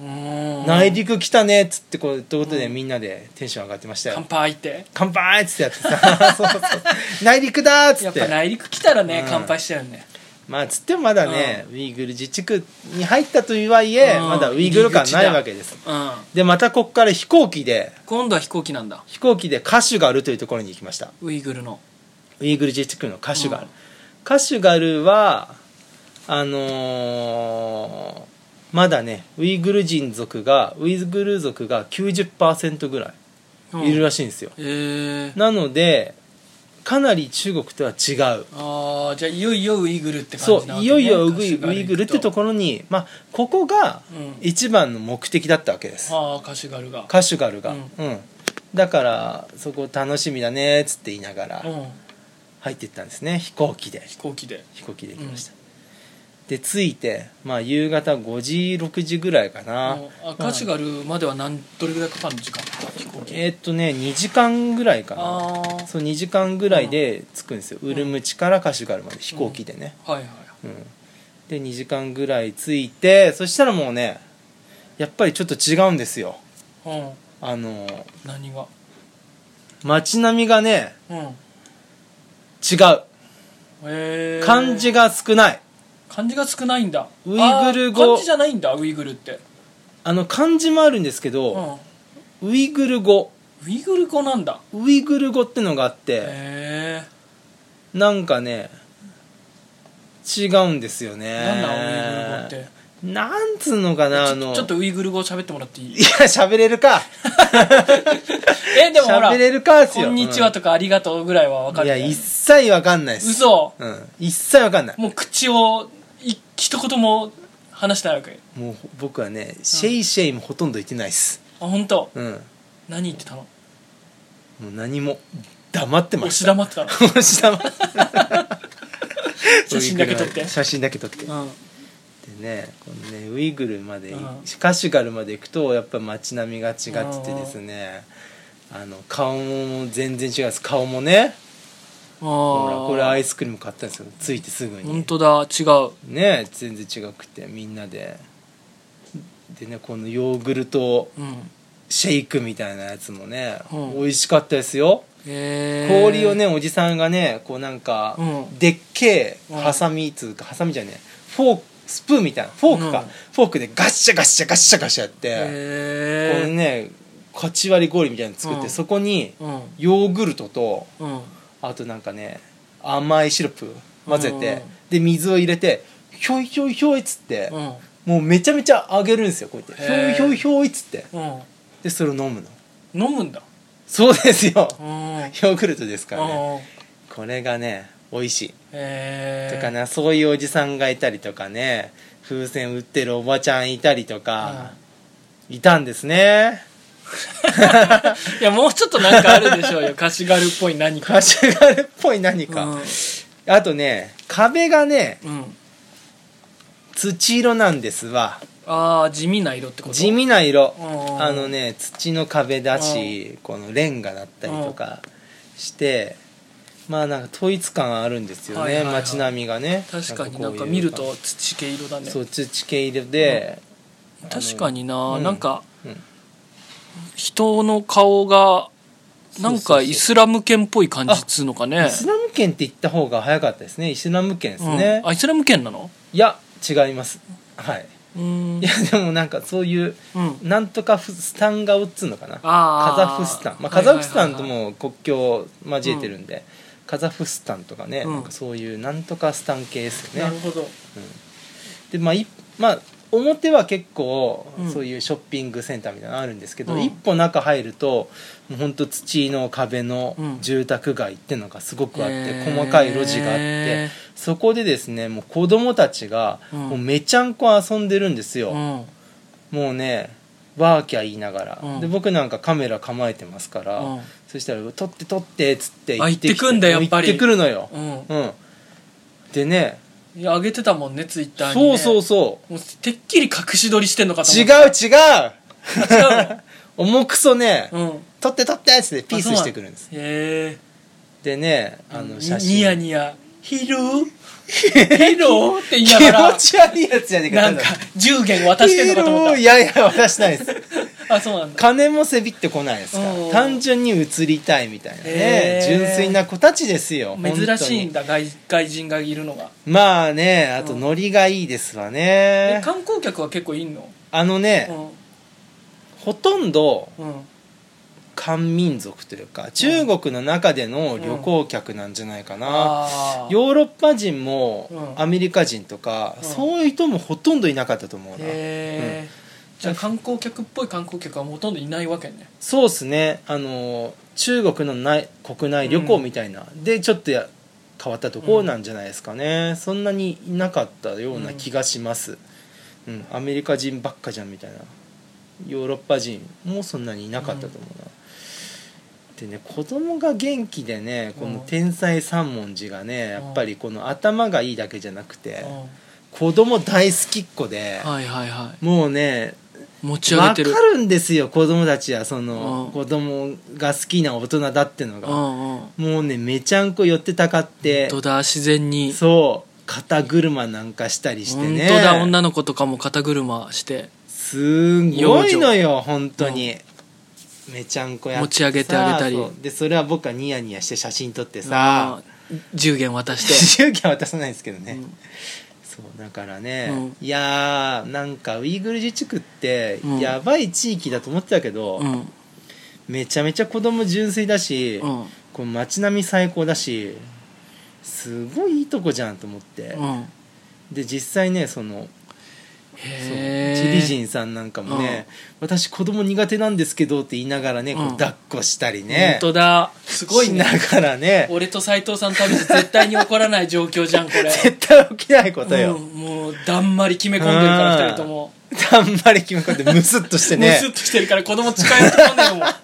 Speaker 1: うん
Speaker 2: 内陸来たねっつってこうということで
Speaker 1: うん
Speaker 2: みんなでテンション上がってましたよ
Speaker 1: 乾杯って
Speaker 2: 乾杯っつってやってさそうそう内陸だっつ
Speaker 1: や
Speaker 2: っ
Speaker 1: っぱ
Speaker 2: て
Speaker 1: 内陸来たらね
Speaker 2: うん
Speaker 1: 乾杯したよね
Speaker 2: まあつってもまだね、ウイグル自治区に入ったとはいえ、
Speaker 1: うん
Speaker 2: まだウイグル感ないわけです
Speaker 1: うん
Speaker 2: でまたこっから飛行機で
Speaker 1: 今度は飛行機なんだ
Speaker 2: 飛行機でカシュガルというところに行きました
Speaker 1: ウイグルの
Speaker 2: ウイグル自治区のカシュガル、
Speaker 1: うん
Speaker 2: カシュガルはあのーまだねウイグル人族がウイグル族が90%ぐらい
Speaker 1: うん
Speaker 2: いるらしいんですよ、
Speaker 1: へえ
Speaker 2: なのでかなり中国とは違う
Speaker 1: ああじゃあいよいよウイグルって感
Speaker 2: そ
Speaker 1: じなわ
Speaker 2: う
Speaker 1: けね
Speaker 2: いよいよウ
Speaker 1: 歌
Speaker 2: グ
Speaker 1: 手が
Speaker 2: イ
Speaker 1: 行
Speaker 2: ウ
Speaker 1: く
Speaker 2: イグルってところに、まあ、ここが
Speaker 1: うん
Speaker 2: 一番の目的だったわけです、
Speaker 1: ああカシュガルが
Speaker 2: カシュガルが、
Speaker 1: う
Speaker 2: うんんだからそこ楽しみだねっつって言いながら
Speaker 1: うん
Speaker 2: 入っていったんですね飛行機で
Speaker 1: 飛行機で
Speaker 2: 飛行機で行きました、で着いて、まあ、夕方5時6時ぐらいかな、
Speaker 1: もうあカシュガルまでは何どれぐらいかかるの時間飛行機
Speaker 2: えーっとね2時間ぐらいかな
Speaker 1: あ
Speaker 2: そう2時間ぐらいで着くんですよ、ウルムチからカシュガルまで飛行機でね、
Speaker 1: あはいはい
Speaker 2: うん、で2時間ぐらい着いてそしたらもうねやっぱりちょっと違うんですよ
Speaker 1: うん
Speaker 2: あの
Speaker 1: 何が
Speaker 2: 街並みがね
Speaker 1: うん
Speaker 2: 違
Speaker 1: へえ
Speaker 2: う漢字が少ない
Speaker 1: 漢字が少ないんだ
Speaker 2: ウイグル語
Speaker 1: あー漢字じゃないんだウイグルって、
Speaker 2: あの漢字もあるんですけ
Speaker 1: う
Speaker 2: ど、
Speaker 1: ん、ウ
Speaker 2: ウイグル語
Speaker 1: イグル語なんだ
Speaker 2: ウイグル語ってのがあって
Speaker 1: へ
Speaker 2: なんかね違うんですよ
Speaker 1: え
Speaker 2: ね
Speaker 1: なんだウイグル語って
Speaker 2: なんつうのかなあの
Speaker 1: ちょっとウイグル語喋ってもらっていい
Speaker 2: いや喋れるか
Speaker 1: えでもほら
Speaker 2: 喋れるかっすよ
Speaker 1: こんにちはとかありがとうぐらいは分か
Speaker 2: い
Speaker 1: る
Speaker 2: や
Speaker 1: ね
Speaker 2: 一切わかんないです
Speaker 1: 嘘
Speaker 2: うん一切わかんない
Speaker 1: もう口をい一言も話してないわけ
Speaker 2: もう僕はねシェイシェイもほとんど言ってないです
Speaker 1: あ本当。
Speaker 2: うん
Speaker 1: 何言ってたの
Speaker 2: もう何も黙ってま
Speaker 1: 押し
Speaker 2: した
Speaker 1: 黙って たの
Speaker 2: 押し黙っ て
Speaker 1: 写真だけ撮って
Speaker 2: 写真だけ撮ってで
Speaker 1: うん
Speaker 2: ねこのねウイグルまで、
Speaker 1: うん
Speaker 2: カシュガルまで行くとやっぱ街並みが違っててですねあの顔も全然違うんです顔もね
Speaker 1: あ
Speaker 2: ほら
Speaker 1: ー
Speaker 2: これアイスクリーム買ったんですよついてすぐに
Speaker 1: 本当だ違う
Speaker 2: ね全然違くてみんなででねこのヨーグルト
Speaker 1: うん
Speaker 2: シェイクみたいなやつもね、
Speaker 1: うん
Speaker 2: 美味しかったですよ
Speaker 1: へえ
Speaker 2: 氷をねおじさんがねこうなんか、
Speaker 1: うん
Speaker 2: でっけえ
Speaker 1: うん
Speaker 2: ハサミつうかハサミじゃねえフォークスプーンみたいなフォークか、
Speaker 1: うん
Speaker 2: フォークでガッシャガッシャガッシャガッシャやって、この
Speaker 1: へえ
Speaker 2: ねカチ割り氷みたいなの作って、
Speaker 1: うん
Speaker 2: そこに
Speaker 1: うん
Speaker 2: ヨーグルトと
Speaker 1: うん
Speaker 2: あとなんかね甘いシロップ混ぜて、
Speaker 1: うん
Speaker 2: で水を入れてひょいひょいひょいっつって、
Speaker 1: うん
Speaker 2: もうめちゃめちゃ揚げるんですよこうやってひょ
Speaker 1: へ
Speaker 2: い
Speaker 1: ー
Speaker 2: ひょいひょいっつって
Speaker 1: うん
Speaker 2: でそれを飲むの
Speaker 1: 飲むんだ
Speaker 2: そうですよ
Speaker 1: うんうん
Speaker 2: ヨーグルトですからね
Speaker 1: へ
Speaker 2: これがね美味しい
Speaker 1: え
Speaker 2: とかなそういうおじさんがいたりとかね風船売ってるおばちゃんいたりとか、いたんですね
Speaker 1: いやもうちょっとなんかあるでしょう よカシガルっぽい何か
Speaker 2: カシュガルっぽい何か、
Speaker 1: うん
Speaker 2: あとね壁がね
Speaker 1: うん
Speaker 2: 土色なんですわ
Speaker 1: ああ地味な色ってこと
Speaker 2: 地味な色
Speaker 1: うん
Speaker 2: あのね土の壁だしこのレンガだったりとかしてまあなんか統一感あるんですよね、
Speaker 1: はいはいはい
Speaker 2: 街並みがね
Speaker 1: 確かに
Speaker 2: こ
Speaker 1: な
Speaker 2: うい
Speaker 1: ん
Speaker 2: う
Speaker 1: か見ると土系色だね
Speaker 2: そう土系色で、
Speaker 1: 確かにな、
Speaker 2: うん
Speaker 1: なんか
Speaker 2: うん
Speaker 1: 人の顔がなん
Speaker 2: そうそうそ
Speaker 1: か
Speaker 2: う
Speaker 1: イスラム圏っぽい感じっつうのかね
Speaker 2: イスラム圏って言った方が早かったですねイスラム圏ですね、
Speaker 1: うんあイスラム圏なの
Speaker 2: いや違いますはいう
Speaker 1: ーん
Speaker 2: いやでもなんかそういう
Speaker 1: うん
Speaker 2: なんとかフスタン顔っつうのかな
Speaker 1: あ
Speaker 2: カ
Speaker 1: ー
Speaker 2: ザフスタン、まあ、
Speaker 1: は
Speaker 2: カ
Speaker 1: いはい
Speaker 2: ザ
Speaker 1: はい
Speaker 2: フスタンとも国境交えてるんで、カザフスタンとかね、
Speaker 1: うん
Speaker 2: なんかそういうなんとかスタン系ですよ
Speaker 1: な
Speaker 2: ね
Speaker 1: るほど
Speaker 2: でまあいまあ表は結構
Speaker 1: うん
Speaker 2: そういうショッピングセンターみたいなのあるんですけど、
Speaker 1: うん
Speaker 2: 一歩中入るともうほんと土の壁の
Speaker 1: うん
Speaker 2: 住宅街ってのがすごくあって、
Speaker 1: へー
Speaker 2: 細かい路地があってそこでですねもう子供たちが
Speaker 1: うん
Speaker 2: もうめちゃんこ遊んでるんですよ、
Speaker 1: うん
Speaker 2: もうねワーキャー言いながら、
Speaker 1: うん
Speaker 2: で僕なんかカメラ構えてますから、
Speaker 1: うん
Speaker 2: そしたら「撮って撮って」っつって
Speaker 1: あ
Speaker 2: きて
Speaker 1: 行ってくんだやっぱり
Speaker 2: 行ってくるのよ、
Speaker 1: うん
Speaker 2: うんでね
Speaker 1: いや上げてたもんねツイッターに、
Speaker 2: そ
Speaker 1: ね、
Speaker 2: うそ
Speaker 1: そ
Speaker 2: うそう
Speaker 1: もうてっきり隠し撮りしてんのかと
Speaker 2: 違
Speaker 1: 思
Speaker 2: う
Speaker 1: った
Speaker 2: 違う
Speaker 1: あ
Speaker 2: 重くそね、
Speaker 1: 違うのうん
Speaker 2: 取って取ってっつってピースしてくるんです
Speaker 1: あそうなんへえ
Speaker 2: でねあ
Speaker 1: あの
Speaker 2: の
Speaker 1: 写
Speaker 2: 写
Speaker 1: 真ニヤ
Speaker 2: 真
Speaker 1: ニヤ「ヒ ルヒル?」って言い
Speaker 2: 気
Speaker 1: なが
Speaker 2: 持
Speaker 1: ら
Speaker 2: ち悪いやつじゃねえか
Speaker 1: なんか10元渡してんのかと思っ
Speaker 2: いやいや渡してないです
Speaker 1: たあそうなんだ
Speaker 2: 金もせびってこないですか
Speaker 1: う
Speaker 2: ら
Speaker 1: ん
Speaker 2: 単純に移りたいみたいな
Speaker 1: へ
Speaker 2: ね
Speaker 1: ー
Speaker 2: 純粋な子たちですよ
Speaker 1: 珍しいん
Speaker 2: だ
Speaker 1: だ外外人がいるのが
Speaker 2: まあねあと
Speaker 1: うん
Speaker 2: ノリがいいですわ
Speaker 1: え
Speaker 2: ね
Speaker 1: 観光客は結構いんの
Speaker 2: あのね、ほとんど
Speaker 1: うんうん
Speaker 2: 漢民族というか中国の中での旅行客なんじゃないかな、
Speaker 1: あー
Speaker 2: ヨーロッパ人も
Speaker 1: うん
Speaker 2: アメリカ人とか、
Speaker 1: うん
Speaker 2: そういう人もほとんどいなかったと思うな、
Speaker 1: へえじゃあ観光客っぽい観光客はほとんどいないわけね
Speaker 2: そうっすねあの中国の内国内旅行みたいな、でちょっとや変わったところなんじゃないですかね、そんなにいなかったような気がします、うんアメリカ人ばっかじゃんみたいなヨーロッパ人もそんなにいなかったと思うな、でね子供が元気でねこの「天才三文字」がねやっぱりこの頭がいいだけじゃなくて、
Speaker 1: うん
Speaker 2: 子供大好きっ子で、
Speaker 1: はいはいは
Speaker 2: もうね
Speaker 1: い持ち上げ
Speaker 2: 分
Speaker 1: てる
Speaker 2: かるんですよ子供たちはその、
Speaker 1: うん
Speaker 2: 子供が好きな大人だっての
Speaker 1: う
Speaker 2: が、
Speaker 1: んうん
Speaker 2: もうねめちゃんこ寄ってたかって
Speaker 1: 本当だ自然に
Speaker 2: そう肩車なんかしたりして
Speaker 1: 本
Speaker 2: ね
Speaker 1: 当だ女の子とかも肩車して
Speaker 2: すすごいのよ本当に、めちゃんこやっ
Speaker 1: 持
Speaker 2: てさ
Speaker 1: ち上げてあげたり
Speaker 2: そうでそれは僕はニヤニヤして写真撮ってさ
Speaker 1: あー10元渡 し
Speaker 2: 宗教は渡さないですけどね、
Speaker 1: うん
Speaker 2: そうだからね、
Speaker 1: うん
Speaker 2: いやーなんかウイグル自治区って
Speaker 1: うん
Speaker 2: やばい地域だと思ってたけど、
Speaker 1: てうん
Speaker 2: めちゃめちゃ子供純粋だし、
Speaker 1: うん
Speaker 2: こう街並み最高だしすごいいいとこじゃんと思って、
Speaker 1: うん
Speaker 2: で実際ねそのそう
Speaker 1: へえ
Speaker 2: チビ人さんなんかもね、私子供苦手なんですけどって言いながらねこう
Speaker 1: うん
Speaker 2: 抱っこしたり
Speaker 1: 本
Speaker 2: ね、
Speaker 1: 当だすごい
Speaker 2: し
Speaker 1: ね
Speaker 2: ながらね
Speaker 1: 俺と斉藤さんの旅じゃ絶対に起こらない状況じゃんこれ
Speaker 2: 絶対起きないことよ、
Speaker 1: うんもうだんまり決め込んでるから
Speaker 2: うん
Speaker 1: 2人とも
Speaker 2: あんまり決め込んでムスッとして
Speaker 1: もう
Speaker 2: ね
Speaker 1: スッとしてるから子供近寄ってこないもん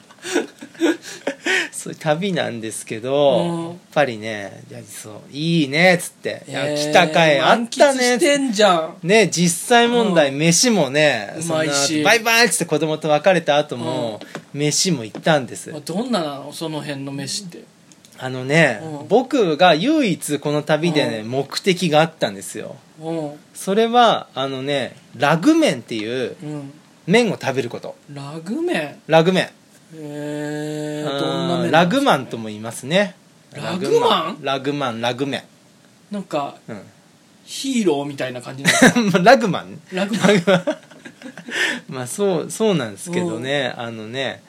Speaker 2: そういう旅なんですけど、
Speaker 1: うん
Speaker 2: やっぱりねいやそういいねっつって 「いや
Speaker 1: えー
Speaker 2: 来たかいあった
Speaker 1: 満喫
Speaker 2: ね」
Speaker 1: して
Speaker 2: っ
Speaker 1: てんじゃん
Speaker 2: ね実際問題、
Speaker 1: う
Speaker 2: 飯もね
Speaker 1: う
Speaker 2: そ
Speaker 1: ま
Speaker 2: ん
Speaker 1: い
Speaker 2: な
Speaker 1: し
Speaker 2: バイバイっつって子供と別れた後も、飯も行ったんです
Speaker 1: どんななのその辺の飯って
Speaker 2: あのね、
Speaker 1: うん
Speaker 2: 僕が唯一この旅でね、
Speaker 1: う
Speaker 2: 目的があったんですよ
Speaker 1: うん
Speaker 2: それはあのねラグ麺っていう
Speaker 1: うん
Speaker 2: 麺を食べること
Speaker 1: ラグ麺
Speaker 2: ラグ麺
Speaker 1: へえ
Speaker 2: あー
Speaker 1: どんな麺
Speaker 2: ラグマンとも言いますね
Speaker 1: ラグマン
Speaker 2: ラグマンラグ麺
Speaker 1: なんか
Speaker 2: うん
Speaker 1: ヒーローみたいな感じの
Speaker 2: まあ ラグマンね
Speaker 1: ラグマ
Speaker 2: ラ
Speaker 1: ン
Speaker 2: グマンまあそうそうなんですけどね、あのね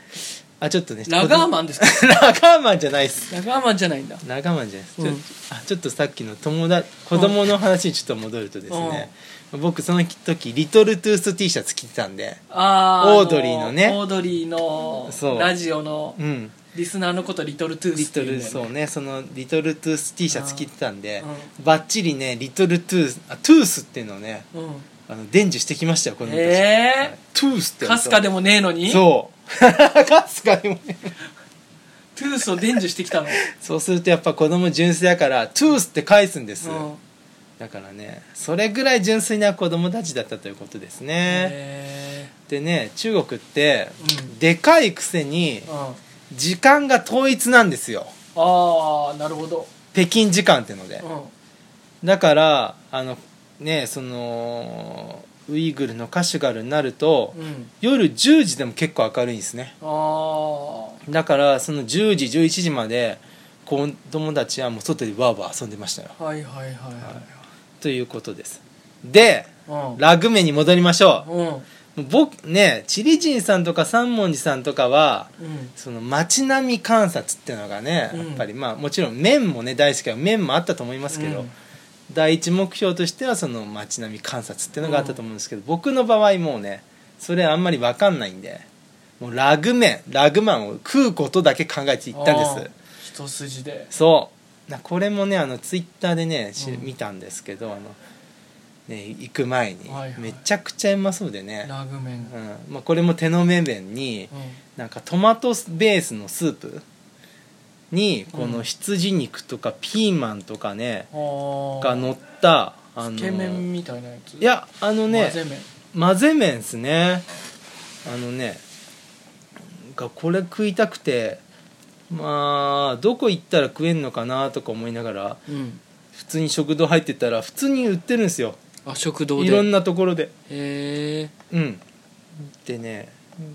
Speaker 2: あちょっとね
Speaker 1: ラガーマンですか
Speaker 2: ラガーマンじゃないっす
Speaker 1: ラガーマンじゃないんだ
Speaker 2: ラガーマンじゃないです、
Speaker 1: うん
Speaker 2: ちょあちょっとさっきの友だ子供の話にちょっと戻るとですね、僕その時リトルトゥース T シャツ着てたんで
Speaker 1: あーあ
Speaker 2: オードリーのね
Speaker 1: オードリーの
Speaker 2: そう
Speaker 1: ラジオの
Speaker 2: うん
Speaker 1: リスナーのことリトルトゥー
Speaker 2: リ
Speaker 1: スって
Speaker 2: ト
Speaker 1: いうん
Speaker 2: ル
Speaker 1: だよね
Speaker 2: そうねそのリトルトゥース T シャツ着てたんで
Speaker 1: う
Speaker 2: バッチリねリトルトゥースあトゥースっていうのをね
Speaker 1: うん
Speaker 2: あの伝授してきましたよ子供たち、
Speaker 1: へー
Speaker 2: はいトゥースって
Speaker 1: かすか
Speaker 2: で
Speaker 1: でもねえのに
Speaker 2: そう かすかでもね
Speaker 1: トゥースを伝授してきたの、う
Speaker 2: そうするとやっぱ子供純粋だからトゥースって返すんです、
Speaker 1: ん、
Speaker 2: だからねそれぐらい純粋な子供たちだったということですね、
Speaker 1: へ
Speaker 2: でね中国って、
Speaker 1: うん
Speaker 2: でかいくせに
Speaker 1: えうん、
Speaker 2: 時間が統一なんですよ
Speaker 1: ああなるほど、
Speaker 2: 北京時間ってので
Speaker 1: う、ん
Speaker 2: だからあのねそのウイグルのカシュガルになると、
Speaker 1: うん、
Speaker 2: 夜10時でも結構明るいんですね
Speaker 1: ああ
Speaker 2: だからその10時11時まで子供たちはもう外でわーわー遊んでましたよ
Speaker 1: はいはいはい
Speaker 2: ということですで
Speaker 1: はい、
Speaker 2: ラグメに戻りましょ
Speaker 1: うん、うん
Speaker 2: うもう僕ねチリ人さんとか三文字さんとかは
Speaker 1: うん
Speaker 2: その街並み観察っていうのがね、
Speaker 1: うん
Speaker 2: やっぱりまあもちろん麺もね大好きな麺もあったと思いますけど、
Speaker 1: うん
Speaker 2: 第一目標としてはその街並み観察っていうのがあったと思うんですけど、僕の場合もうねそれあんまり分かんないんでもうラグ麺ラグマンを食うことだけ考えていったん
Speaker 1: あ
Speaker 2: で
Speaker 1: ー一筋です
Speaker 2: そうなこれもねあのツイッターでね、し
Speaker 1: うん
Speaker 2: 見たんですけどあの、ね、行く前に、
Speaker 1: はいはい
Speaker 2: めちゃくちゃうまそうでね、
Speaker 1: ラグメン、
Speaker 2: うんまあ、これも手のめ麺に、
Speaker 1: う
Speaker 2: なんかトマトベースのスープにこの羊肉とかピーマンとかね、
Speaker 1: ん、あ
Speaker 2: が乗ったあの
Speaker 1: つけ麺みたいなやつ
Speaker 2: いやあのね
Speaker 1: 混ぜ麺
Speaker 2: 混ぜ麺ですねあのねがこれ食いたくてまあどこ行ったら食えんのかなとか思いながら
Speaker 1: うん
Speaker 2: 普通に食堂入ってたら普通に売ってるんですよ
Speaker 1: あ食堂で
Speaker 2: いろんなところで
Speaker 1: へえ
Speaker 2: うんでね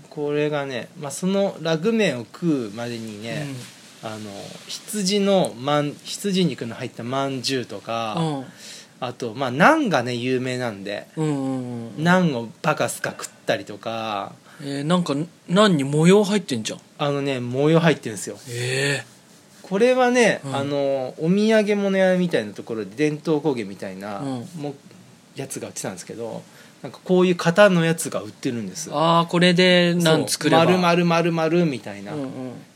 Speaker 2: これがね、まあ、そのラグ麺を食うまでにね、あの羊のまん羊肉の入ったまんじゅうとか、
Speaker 1: うん
Speaker 2: あとまあナンがね有名なんで
Speaker 1: うんうんうん
Speaker 2: ナンをバカスカ食ったりとか
Speaker 1: えー、なんか何に模様入ってんじゃん
Speaker 2: あのね模様入ってるんですよ
Speaker 1: え
Speaker 2: これはね、
Speaker 1: うん
Speaker 2: あのお土産物屋みたいなところで伝統工芸みたいな、
Speaker 1: うん
Speaker 2: もやつが売ってたんですけどなんかこういう型のやつが売ってるんです
Speaker 1: えああこれで何作れば
Speaker 2: そう丸々丸々みたいな、
Speaker 1: うんうん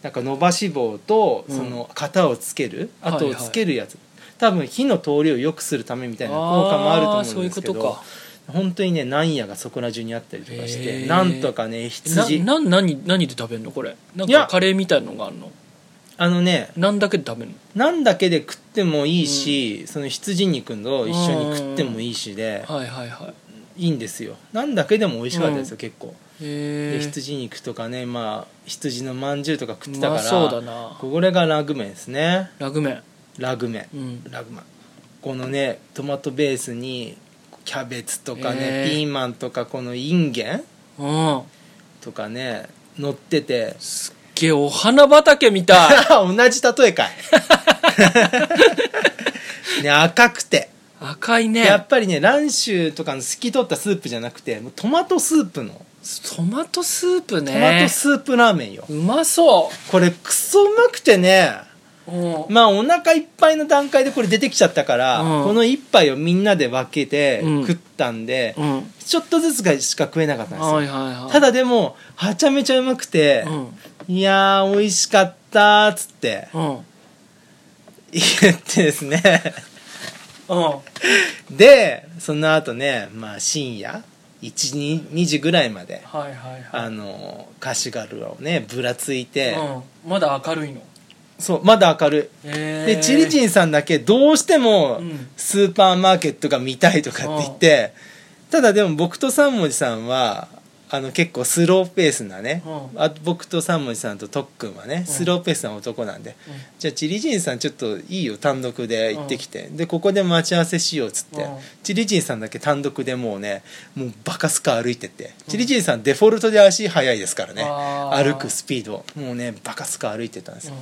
Speaker 2: なんか伸ばし棒と
Speaker 1: うん
Speaker 2: その型をつける、
Speaker 1: はいはい
Speaker 2: あとつけるやつ、多分火の通りを良くするためみたいな効果もあると思うんですけ
Speaker 1: あーそ
Speaker 2: ど
Speaker 1: ういうことか
Speaker 2: 本当にねなんやがそこら中にあったりとかし
Speaker 1: へ
Speaker 2: て
Speaker 1: ー
Speaker 2: なんとかね羊
Speaker 1: なな何何で食べるのこれなん
Speaker 2: い
Speaker 1: か
Speaker 2: や
Speaker 1: カレーみたいのがあるの
Speaker 2: あのね
Speaker 1: 何だけで食べるの
Speaker 2: なんだけで食ってもいいし、その羊肉と一緒に食ってもいいしで、
Speaker 1: はいはいはい
Speaker 2: いいんですよなんだけでも美味しかったですよ、
Speaker 1: う
Speaker 2: 結構
Speaker 1: へ
Speaker 2: で
Speaker 1: え
Speaker 2: 羊肉とかねまあ羊のまんじゅうとか食ってた
Speaker 1: う
Speaker 2: か
Speaker 1: ま
Speaker 2: ら
Speaker 1: そうだな
Speaker 2: これがラグ麺ですね
Speaker 1: ラグ麺
Speaker 2: ラグ麺、
Speaker 1: うん
Speaker 2: ラグマンこのねトマトベースにキャベツとかね、
Speaker 1: えー
Speaker 2: ピーマンとかこのインゲン
Speaker 1: うん
Speaker 2: とかね乗ってて
Speaker 1: げえお花畑み たい
Speaker 2: 同じ例 えかいね赤くて
Speaker 1: 赤い
Speaker 2: や
Speaker 1: ね
Speaker 2: っぱりね蘭州とかの透き通ったスープじゃなくてもうトマトスープの
Speaker 1: トマトスープ
Speaker 2: トマ
Speaker 1: ね
Speaker 2: トスープラーメンよ、
Speaker 1: うまそ
Speaker 2: これクソうまくてね
Speaker 1: う、うん、
Speaker 2: まあお腹いっぱいの段階でこれ出てきちゃったから、
Speaker 1: うん
Speaker 2: この一杯をみんなで分けて
Speaker 1: うん
Speaker 2: 食ったんで、
Speaker 1: うん
Speaker 2: ちょっとずつがしか食えなかったんですよ、
Speaker 1: はいはいはい
Speaker 2: ただでもはちゃめちゃうまくて
Speaker 1: う、ん
Speaker 2: いやー美味しかったーっつって
Speaker 1: うんうん
Speaker 2: 言ってですねでその後ねまあ深夜12時ぐらいまで
Speaker 1: はいはいはい
Speaker 2: あのーカシガルをねぶらついて、
Speaker 1: うん、まだ明るいの
Speaker 2: そうまだ明るい
Speaker 1: へえ
Speaker 2: でチリチンさんだけどうしても
Speaker 1: うん
Speaker 2: スーパーマーケットが見たいとかって言って、ただでも僕と三文字さんはあの結構スローペースなね、
Speaker 1: うん
Speaker 2: あ僕と三文字さんと特訓はねスローペースな男なんで、
Speaker 1: うん
Speaker 2: じゃあチリチンさんちょっといいよ単独で行ってきて、でここで待ち合わせしようっつって、
Speaker 1: うん
Speaker 2: チリチンさんだけ単独でもうねもうバカスカ歩いてって、チリチンさんデフォルトで足速いですからね
Speaker 1: あー
Speaker 2: 歩くスピードもうねバカスカ歩いてたんですよ、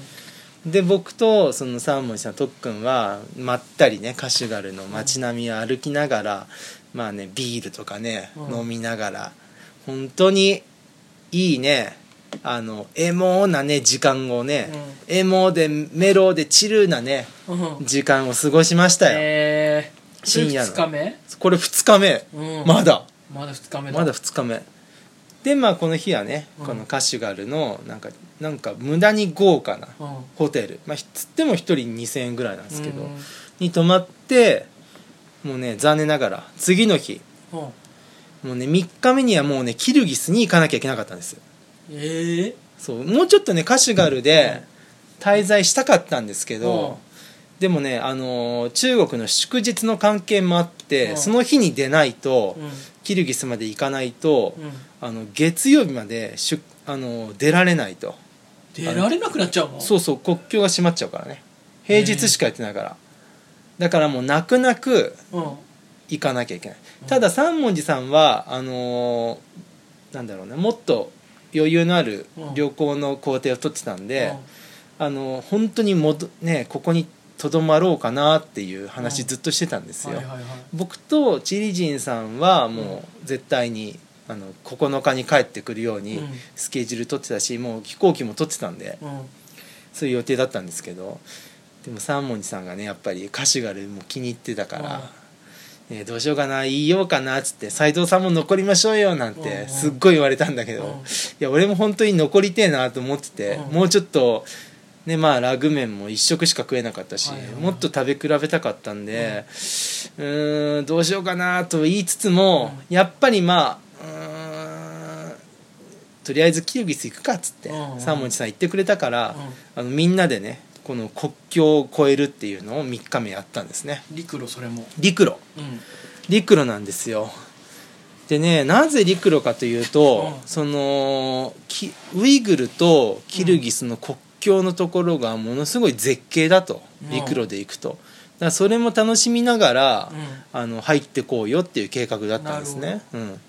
Speaker 2: で僕とその三文字さんとっくんはまったりねカシュガルの街並みを歩きながら、まあねビールとかね、
Speaker 1: うん
Speaker 2: 飲みながら本当にいいねあのエモーなね時間をね、エモーでメローでチルーなね
Speaker 1: うんうん
Speaker 2: 時間を過ごしましたよ、
Speaker 1: えー、
Speaker 2: 深夜の
Speaker 1: 2日目、
Speaker 2: これ2日目、
Speaker 1: うん、
Speaker 2: まだ
Speaker 1: まだ2日目だ
Speaker 2: まだ2日目でまあこの日はね、
Speaker 1: うん
Speaker 2: このカシュガルのなんかなんか無駄に豪華な
Speaker 1: うん
Speaker 2: ホテルまあひつっても1人2000円ぐらいなんですけど、
Speaker 1: うん
Speaker 2: に泊まってもうね残念ながら次の日
Speaker 1: うん
Speaker 2: もうね3日目にはもうねキルギスに行かなきゃいけなかったんですよ
Speaker 1: ええ
Speaker 2: そうもうちょっとねカシュガルで滞在したかったんですけ
Speaker 1: うん
Speaker 2: ど、でもね、あのー中国の祝日の関係もあって、
Speaker 1: うん
Speaker 2: その日に出ないと、
Speaker 1: うん
Speaker 2: キルギスまで行かないと、
Speaker 1: うん
Speaker 2: あの月曜日まで出あのー出られないと
Speaker 1: 出られなくなっちゃうの
Speaker 2: そうそう国境が閉まっちゃうからね平日しかやってないから、だからもう泣く泣く
Speaker 1: うん
Speaker 2: 行かなきゃいけないただ三文字さんはあのーなんだろうねもっと余裕のある
Speaker 1: うん
Speaker 2: 旅行の行程を取ってたんで、あのー本当にもど、ね、ここにとどまろうかなっていう話ずっとしてたんです
Speaker 1: うん、
Speaker 2: よ、
Speaker 1: はいはいはい
Speaker 2: 僕とチリジンさんはもう絶対にあの9日に帰ってくるように
Speaker 1: うん
Speaker 2: スケジュール取ってたし、もう飛行機も取ってたんで
Speaker 1: うん
Speaker 2: そういう予定だったんですけどでも三文字さんがねやっぱりカシュガルも気に入ってたから、ね、どうしようかな言いようかなっつって斎藤さんも残りましょうよなん
Speaker 1: うんう
Speaker 2: て
Speaker 1: ん
Speaker 2: すっごい言われたんだけど、
Speaker 1: うん
Speaker 2: いや俺も本当に残りてえなと思ってて、
Speaker 1: うん
Speaker 2: もうちょっと。ねまあ、ラグ麺も一食しか食えなかったし、
Speaker 1: はいはいはい
Speaker 2: もっと食べ比べたかったんで、うーんどうしようかなと言いつつも、やっぱりまあうーんとりあえずキルギス行くかっつって、
Speaker 1: うんうん
Speaker 2: 三文字さん言ってくれたから、あのみんなでねこの国境を越えるっていうのを3日目やったんですね
Speaker 1: うん陸路それも
Speaker 2: 陸路
Speaker 1: うん
Speaker 2: 陸路なんですよでねなぜ陸路かというと、
Speaker 1: うん
Speaker 2: そのきウイグルとキルギスの国境のところがものすごい絶景だと、
Speaker 1: うん
Speaker 2: 陸路で行くとだからそれも楽しみながら、
Speaker 1: うん
Speaker 2: あの入ってこうよっていう計画だったんですね、うん、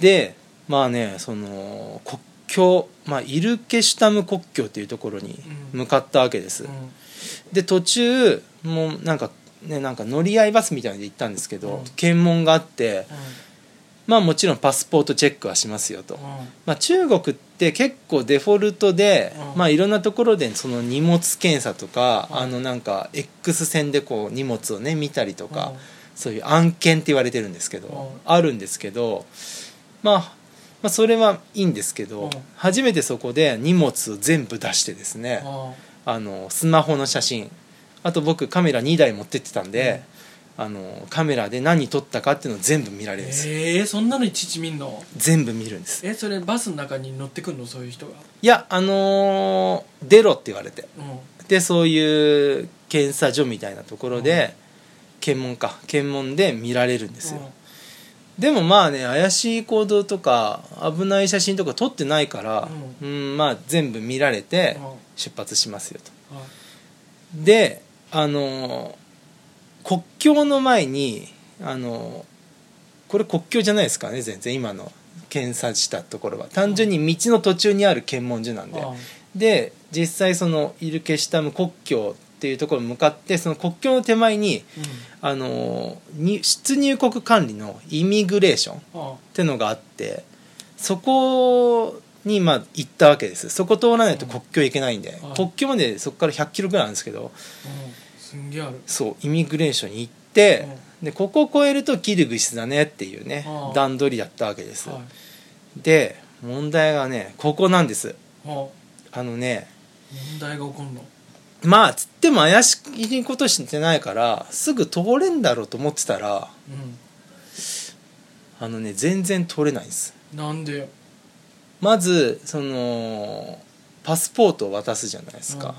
Speaker 2: でまあねその国境、まあ、イルケシュタム国境というところに向かったわけです、
Speaker 1: うん
Speaker 2: で途中もうなんかねなんか乗り合いバスみたいなので行ったんですけど、
Speaker 1: うん
Speaker 2: 検問があってまあもちろんパスポートチェックはしますよと、
Speaker 1: うんうん
Speaker 2: まあ、中国って結構デフォルトで、
Speaker 1: うん
Speaker 2: まあいろんなところでその荷物検査とか、
Speaker 1: うん
Speaker 2: あのなんか X 線でこう荷物をね見たりとか、
Speaker 1: うん
Speaker 2: そういう案件って言われてるんですけど、
Speaker 1: うん
Speaker 2: あるんですけど、まあ、まあそれはいいんですけど、
Speaker 1: うん
Speaker 2: 初めてそこで荷物を全部出してですね、
Speaker 1: うん
Speaker 2: あのスマホの写真あと僕カメラ2台持ってってたんで、あのカメラで何撮ったかっていうのを全部見られるんですよ、
Speaker 1: ええそんなのいちいち見んの
Speaker 2: 全部見るんです
Speaker 1: えそれバスの中に乗ってくんのそういう人が
Speaker 2: いやあのー出ろって言われて
Speaker 1: うん
Speaker 2: でそういう検査所みたいなところで、検問か検問で見られるんですよ、でもまあね怪しい行動とか危ない写真とか撮ってないから、うんまあ、全部見られて
Speaker 1: うん
Speaker 2: 出発しますよと
Speaker 1: うんはい
Speaker 2: であの国境の前にあのこれ国境じゃないですからね全然今の検査したところは単純に道の途中にある検問所なんで
Speaker 1: あ
Speaker 2: で実際そのイルケシュタム国境っていうところに向かってその国境の手前にあのに出入国管理のイミグレーションっ
Speaker 1: あ
Speaker 2: てのがあってそこにまあ行ったわけですそこ通らないと国境行けないんで、
Speaker 1: はい
Speaker 2: 国境までそこから1 0 0キロぐらいあるんですけど
Speaker 1: すんげえある
Speaker 2: そうイミグレーションに行って、でここを越えるとキルギスだねっていうね
Speaker 1: はい
Speaker 2: 段取りだったわけです、
Speaker 1: はい
Speaker 2: で問題がねここなんです
Speaker 1: あ問
Speaker 2: あのね
Speaker 1: 題が起こるの
Speaker 2: まあつっても怪しいことしてないからすぐ通れんだろうと思ってたらあのね全然通れないんです
Speaker 1: うんなんでよ
Speaker 2: まずそのパスポートを渡すじゃないですか、
Speaker 1: うん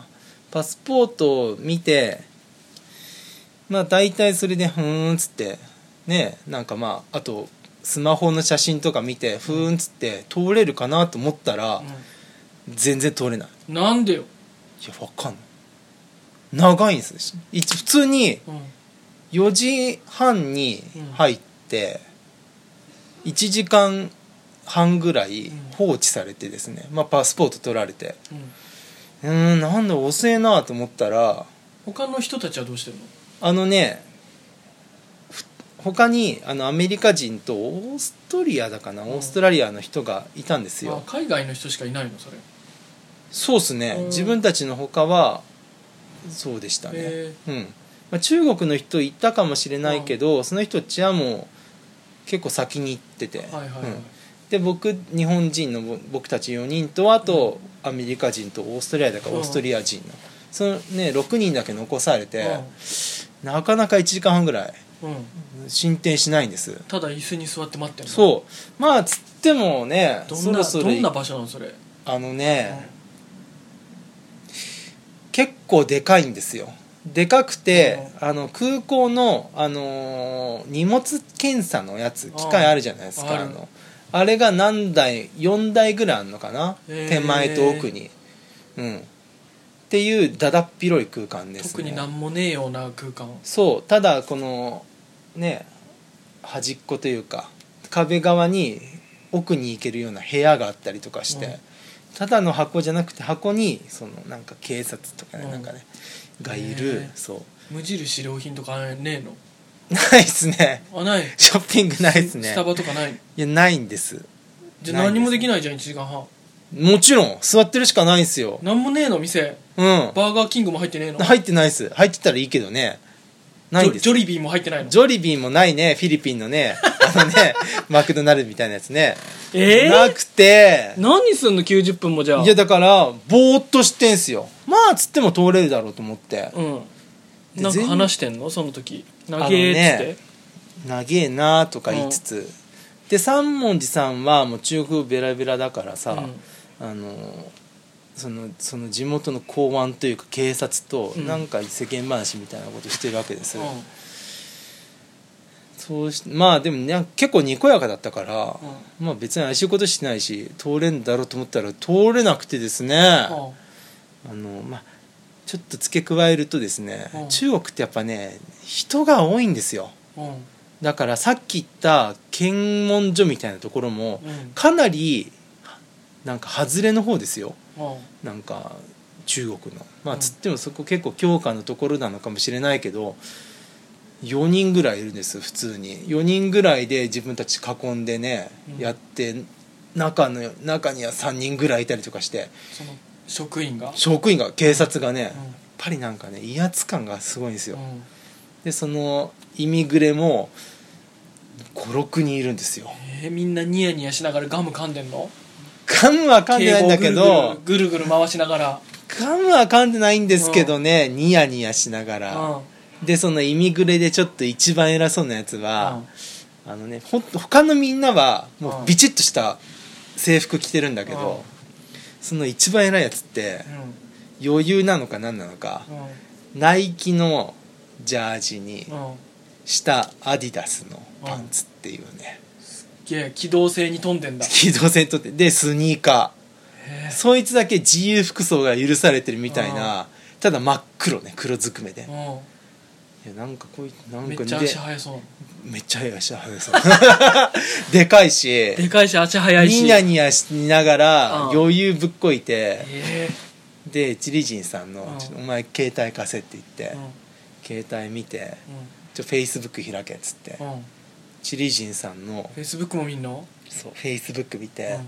Speaker 2: パスポートを見てまあ大体それで「ふーん」っつってねなんかまああとスマホの写真とか見て「ふーん」っつって通れるかなと思ったら、全然通れない
Speaker 1: うんなんでよ
Speaker 2: いやわかんない長いんですよい普通に
Speaker 1: うん
Speaker 2: 4時半に入って1時間半ぐらい放置されてですね、まあ、パスポート取られて
Speaker 1: うん
Speaker 2: うーんなんだ遅えなと思ったら
Speaker 1: 他の人たちはどうしてるの
Speaker 2: あのねふ他にあのアメリカ人とオーストリアだかなオーストラリアの人がいたんですよ、
Speaker 1: あ海外の人しかいないのそれ
Speaker 2: そうっすね、
Speaker 1: うん
Speaker 2: 自分たちの他はそうでしたね、
Speaker 1: へ
Speaker 2: うんまあ、中国の人行ったかもしれないけど、その人ちはもう結構先に行ってて、
Speaker 1: はいはいはい
Speaker 2: うんで僕日本人のぼ僕たち4人とあとアメリカ人とオーストラリアだから
Speaker 1: うん
Speaker 2: オーストリア人の、そのね6人だけ残されて、
Speaker 1: う
Speaker 2: なかなか1時間半ぐ
Speaker 1: ん
Speaker 2: らい
Speaker 1: うん
Speaker 2: 進展しないんです
Speaker 1: ただ椅子に座って待ってるの
Speaker 2: そうまあつってもね
Speaker 1: どん
Speaker 2: そ
Speaker 1: な
Speaker 2: ろそろ
Speaker 1: どんな場所なのそれ、
Speaker 2: あのね、結構でかいんですよでかくて、あの空港の、あのー荷物検査のやつ機械あるじゃないです
Speaker 1: あ
Speaker 2: か
Speaker 1: る
Speaker 2: あのあれが何台4台ぐらいあるのかな、
Speaker 1: へー
Speaker 2: 手前と奥にうんっていうだだっ広い空間ですね
Speaker 1: 特になんもねえような空間
Speaker 2: そうただこのね端っこというか壁側に奥に行けるような部屋があったりとかして、
Speaker 1: うん
Speaker 2: ただの箱じゃなくて箱にそのなんか警察とかね、
Speaker 1: うん
Speaker 2: なんかねがい
Speaker 1: へ
Speaker 2: る
Speaker 1: え
Speaker 2: そう
Speaker 1: 無印良品とかねえの
Speaker 2: ないっすね
Speaker 1: あない
Speaker 2: ショッピングないっすね
Speaker 1: スタバとかない
Speaker 2: いやないんです
Speaker 1: じゃあ何もでき
Speaker 2: ない
Speaker 1: ないじゃん1時間半
Speaker 2: んですもちろん座ってるしかないんすよ
Speaker 1: 何もねえの店
Speaker 2: うん
Speaker 1: バーガーキングも入ってねえの
Speaker 2: 入ってないっす入ってたらいいけどねないんです
Speaker 1: ジョジョリビーも入ってないの
Speaker 2: ジョリビーもないねフィリピン のねあのねマクドナルドみたいなやつね
Speaker 1: え
Speaker 2: なくて
Speaker 1: 何すんの90分もじゃあ
Speaker 2: いやだからぼーっとしてんすよまあつっても通れるだろうと思って
Speaker 1: うん
Speaker 2: で
Speaker 1: なんか
Speaker 2: 全
Speaker 1: 話してんのその時
Speaker 2: あ
Speaker 1: 長
Speaker 2: の
Speaker 1: えっつって、
Speaker 2: ね長えなとか言いつつ、で三文字さんはもう中国ベラベラだからさ、あのそのその地元の公安というか警察と
Speaker 1: うん
Speaker 2: なんか世間話みたいなことしてるわけです、
Speaker 1: うんうん
Speaker 2: そうしまあでも、ね、結構にこやかだったから、まあ別に怪しいことしてないし通れんだろうと思ったら通れなくてですね、
Speaker 1: うん
Speaker 2: あのまあちょっと付け加えるとですね、
Speaker 1: うん
Speaker 2: 中国ってやっぱね人が多いんですよ
Speaker 1: うん
Speaker 2: だからさっき言った検問所みたいなところも
Speaker 1: うん
Speaker 2: かなりなんか外れの方ですよ
Speaker 1: うん
Speaker 2: なんか中国のま
Speaker 1: う
Speaker 2: あ
Speaker 1: ん
Speaker 2: つってもそこ結構強化のところなのかもしれないけど4人ぐらいいるんです普通に4人ぐらいで自分たち囲んでね、
Speaker 1: うん
Speaker 2: やって中の中には3人ぐらいいたりとかして
Speaker 1: その職員が、
Speaker 2: 職員が警察がね、
Speaker 1: うん
Speaker 2: やっぱりなんかね威圧感がすごいんですよ、
Speaker 1: うん
Speaker 2: でそのイミグレも56人いるんですよ
Speaker 1: えーみんなニヤニヤしながらガム噛んでんの
Speaker 2: ガムは噛んでないんだけど
Speaker 1: ぐるぐるぐるぐる回しながら、
Speaker 2: ガムは噛んでないんですけどね、ニヤニヤしなが
Speaker 1: うん
Speaker 2: ら、でそのイミグレでちょっと一番偉そうなやつは、あのねほん他のみんなはも
Speaker 1: うん
Speaker 2: うビチッとした制服着てるんだけど、
Speaker 1: うん
Speaker 2: その一番偉いやつって
Speaker 1: う
Speaker 2: 余裕なのか何なのか、
Speaker 1: んうん
Speaker 2: ナイキのジャージに
Speaker 1: うん
Speaker 2: 下アディダスのパンツっていうね、
Speaker 1: げえ機動性に富んでんだ
Speaker 2: 機動戦とってでスニーカ
Speaker 1: へ
Speaker 2: ー
Speaker 1: え
Speaker 2: そいつだけ自由服装が許されてるみたいなただ真っ黒ね黒ずくめで
Speaker 1: う
Speaker 2: いやなんかこういなん
Speaker 1: んめ
Speaker 2: か
Speaker 1: っ
Speaker 2: ね
Speaker 1: ちゃ足速そう
Speaker 2: めっちゃ速いし速そうでかいし
Speaker 1: でかいし足早いし
Speaker 2: ニヤニヤしながら
Speaker 1: うん
Speaker 2: 余裕ぶっこいて
Speaker 1: え
Speaker 2: でチリジンさんの
Speaker 1: うん
Speaker 2: 「ちょっとお前携帯貸せ」って言って
Speaker 1: え
Speaker 2: 携帯見て
Speaker 1: う
Speaker 2: 「ちょフェイスブック開け」っつって
Speaker 1: んうんうん
Speaker 2: チリジンさんの
Speaker 1: フェイスブックも見んの
Speaker 2: そうフェイスブック見て
Speaker 1: うん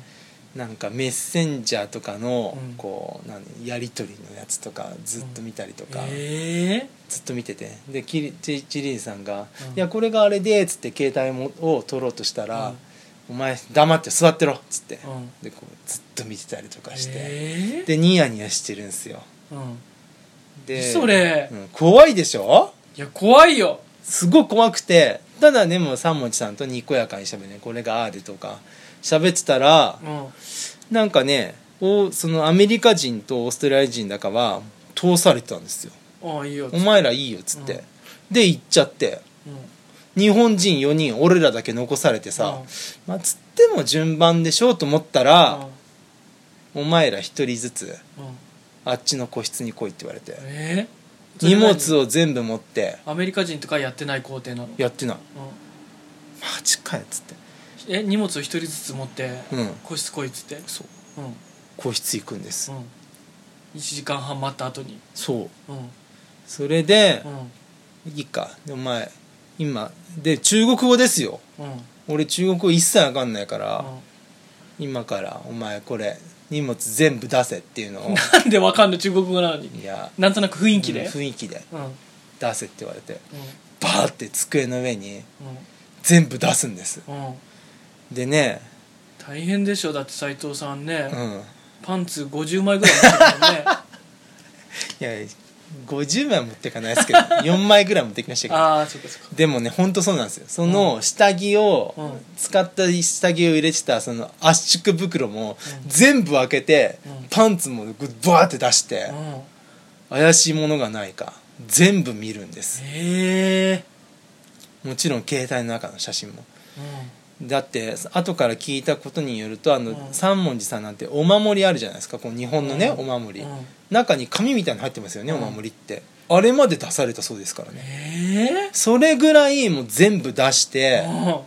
Speaker 2: なんかメッセンジャーとかの
Speaker 1: うん
Speaker 2: こう何やり取りのやつとかずっと見たりとか
Speaker 1: え
Speaker 2: ずっと見ててでキリチチリンさんが
Speaker 1: うん
Speaker 2: 「いやこれがあれで」っつって携帯もを取ろうとした
Speaker 1: う
Speaker 2: ら
Speaker 1: ん
Speaker 2: 「お前黙って座ってろ」っつって
Speaker 1: えうん
Speaker 2: でこうずっと見てたりとかして
Speaker 1: ええ
Speaker 2: でニヤニヤしてるんすよ
Speaker 1: うん
Speaker 2: で
Speaker 1: それ
Speaker 2: うん怖いでしょ
Speaker 1: いや怖いよ
Speaker 2: すごい怖くてただでも三文字さんとにこやかにしゃべるねこれがああでとか喋ってたら
Speaker 1: うん
Speaker 2: なんかねおそのアメリカ人とオーストラリア人だかは通されてたんですよ
Speaker 1: ああいいよ
Speaker 2: お前らいいよっつって、で行っちゃって
Speaker 1: うん
Speaker 2: 日本人4人俺らだけ残されて
Speaker 1: う
Speaker 2: さ、
Speaker 1: ん
Speaker 2: まあつっても順番でしょうと思ったら、お前ら1人ずつ
Speaker 1: うんうん
Speaker 2: あっちの個室に来いって言われて
Speaker 1: ええ
Speaker 2: 荷物
Speaker 1: を
Speaker 2: を全部持って
Speaker 1: アメリカ人とかやってない工程なの
Speaker 2: やってない
Speaker 1: うん
Speaker 2: マジかよっつって
Speaker 1: え荷物を一人ずつ持って
Speaker 2: うん
Speaker 1: 個室来いっつって
Speaker 2: そう
Speaker 1: うん
Speaker 2: 個室行くんです、
Speaker 1: うん1時間半待った後に
Speaker 2: そう
Speaker 1: うんうん
Speaker 2: それで、
Speaker 1: うん
Speaker 2: いいかでお前今で中国語ですよ
Speaker 1: うん
Speaker 2: 俺中国語一切わかんないから、今からお前これ荷物全部出せっていう のを
Speaker 1: なんでわかんの中国語なのに
Speaker 2: いや
Speaker 1: なんとなく雰囲気で
Speaker 2: 雰囲気で
Speaker 1: うんうん
Speaker 2: 出せって言われてバーって机の上に
Speaker 1: う
Speaker 2: 全部出すんです
Speaker 1: んうん
Speaker 2: でね
Speaker 1: 大変でしょだって斎藤さんね
Speaker 2: うん
Speaker 1: パンツ50枚ぐらい持ってた もんね
Speaker 2: いや50枚は持ってかないです けど4枚ぐらい持ってきましたけど
Speaker 1: ああそっかそっか
Speaker 2: でもねほんとそうなんですよその下着を、
Speaker 1: うん
Speaker 2: 使った下着を入れてたその圧縮袋も
Speaker 1: うん
Speaker 2: 全部開けて、
Speaker 1: うん
Speaker 2: パンツもバーって出して、
Speaker 1: うん
Speaker 2: 怪しいものがないか全部見るんです
Speaker 1: ええ
Speaker 2: もちろん携帯の中の写真も
Speaker 1: うん
Speaker 2: だって後から聞いたことによるとあの、
Speaker 1: うん
Speaker 2: 三文字さんなんてお守りあるじゃないですかこう日本のね、
Speaker 1: うん
Speaker 2: お守り、
Speaker 1: うん
Speaker 2: 中に紙みたいに入ってますよね、
Speaker 1: うん
Speaker 2: お守りってあれまで出されたそうですからね
Speaker 1: え
Speaker 2: それぐらいもう全部出して
Speaker 1: えうん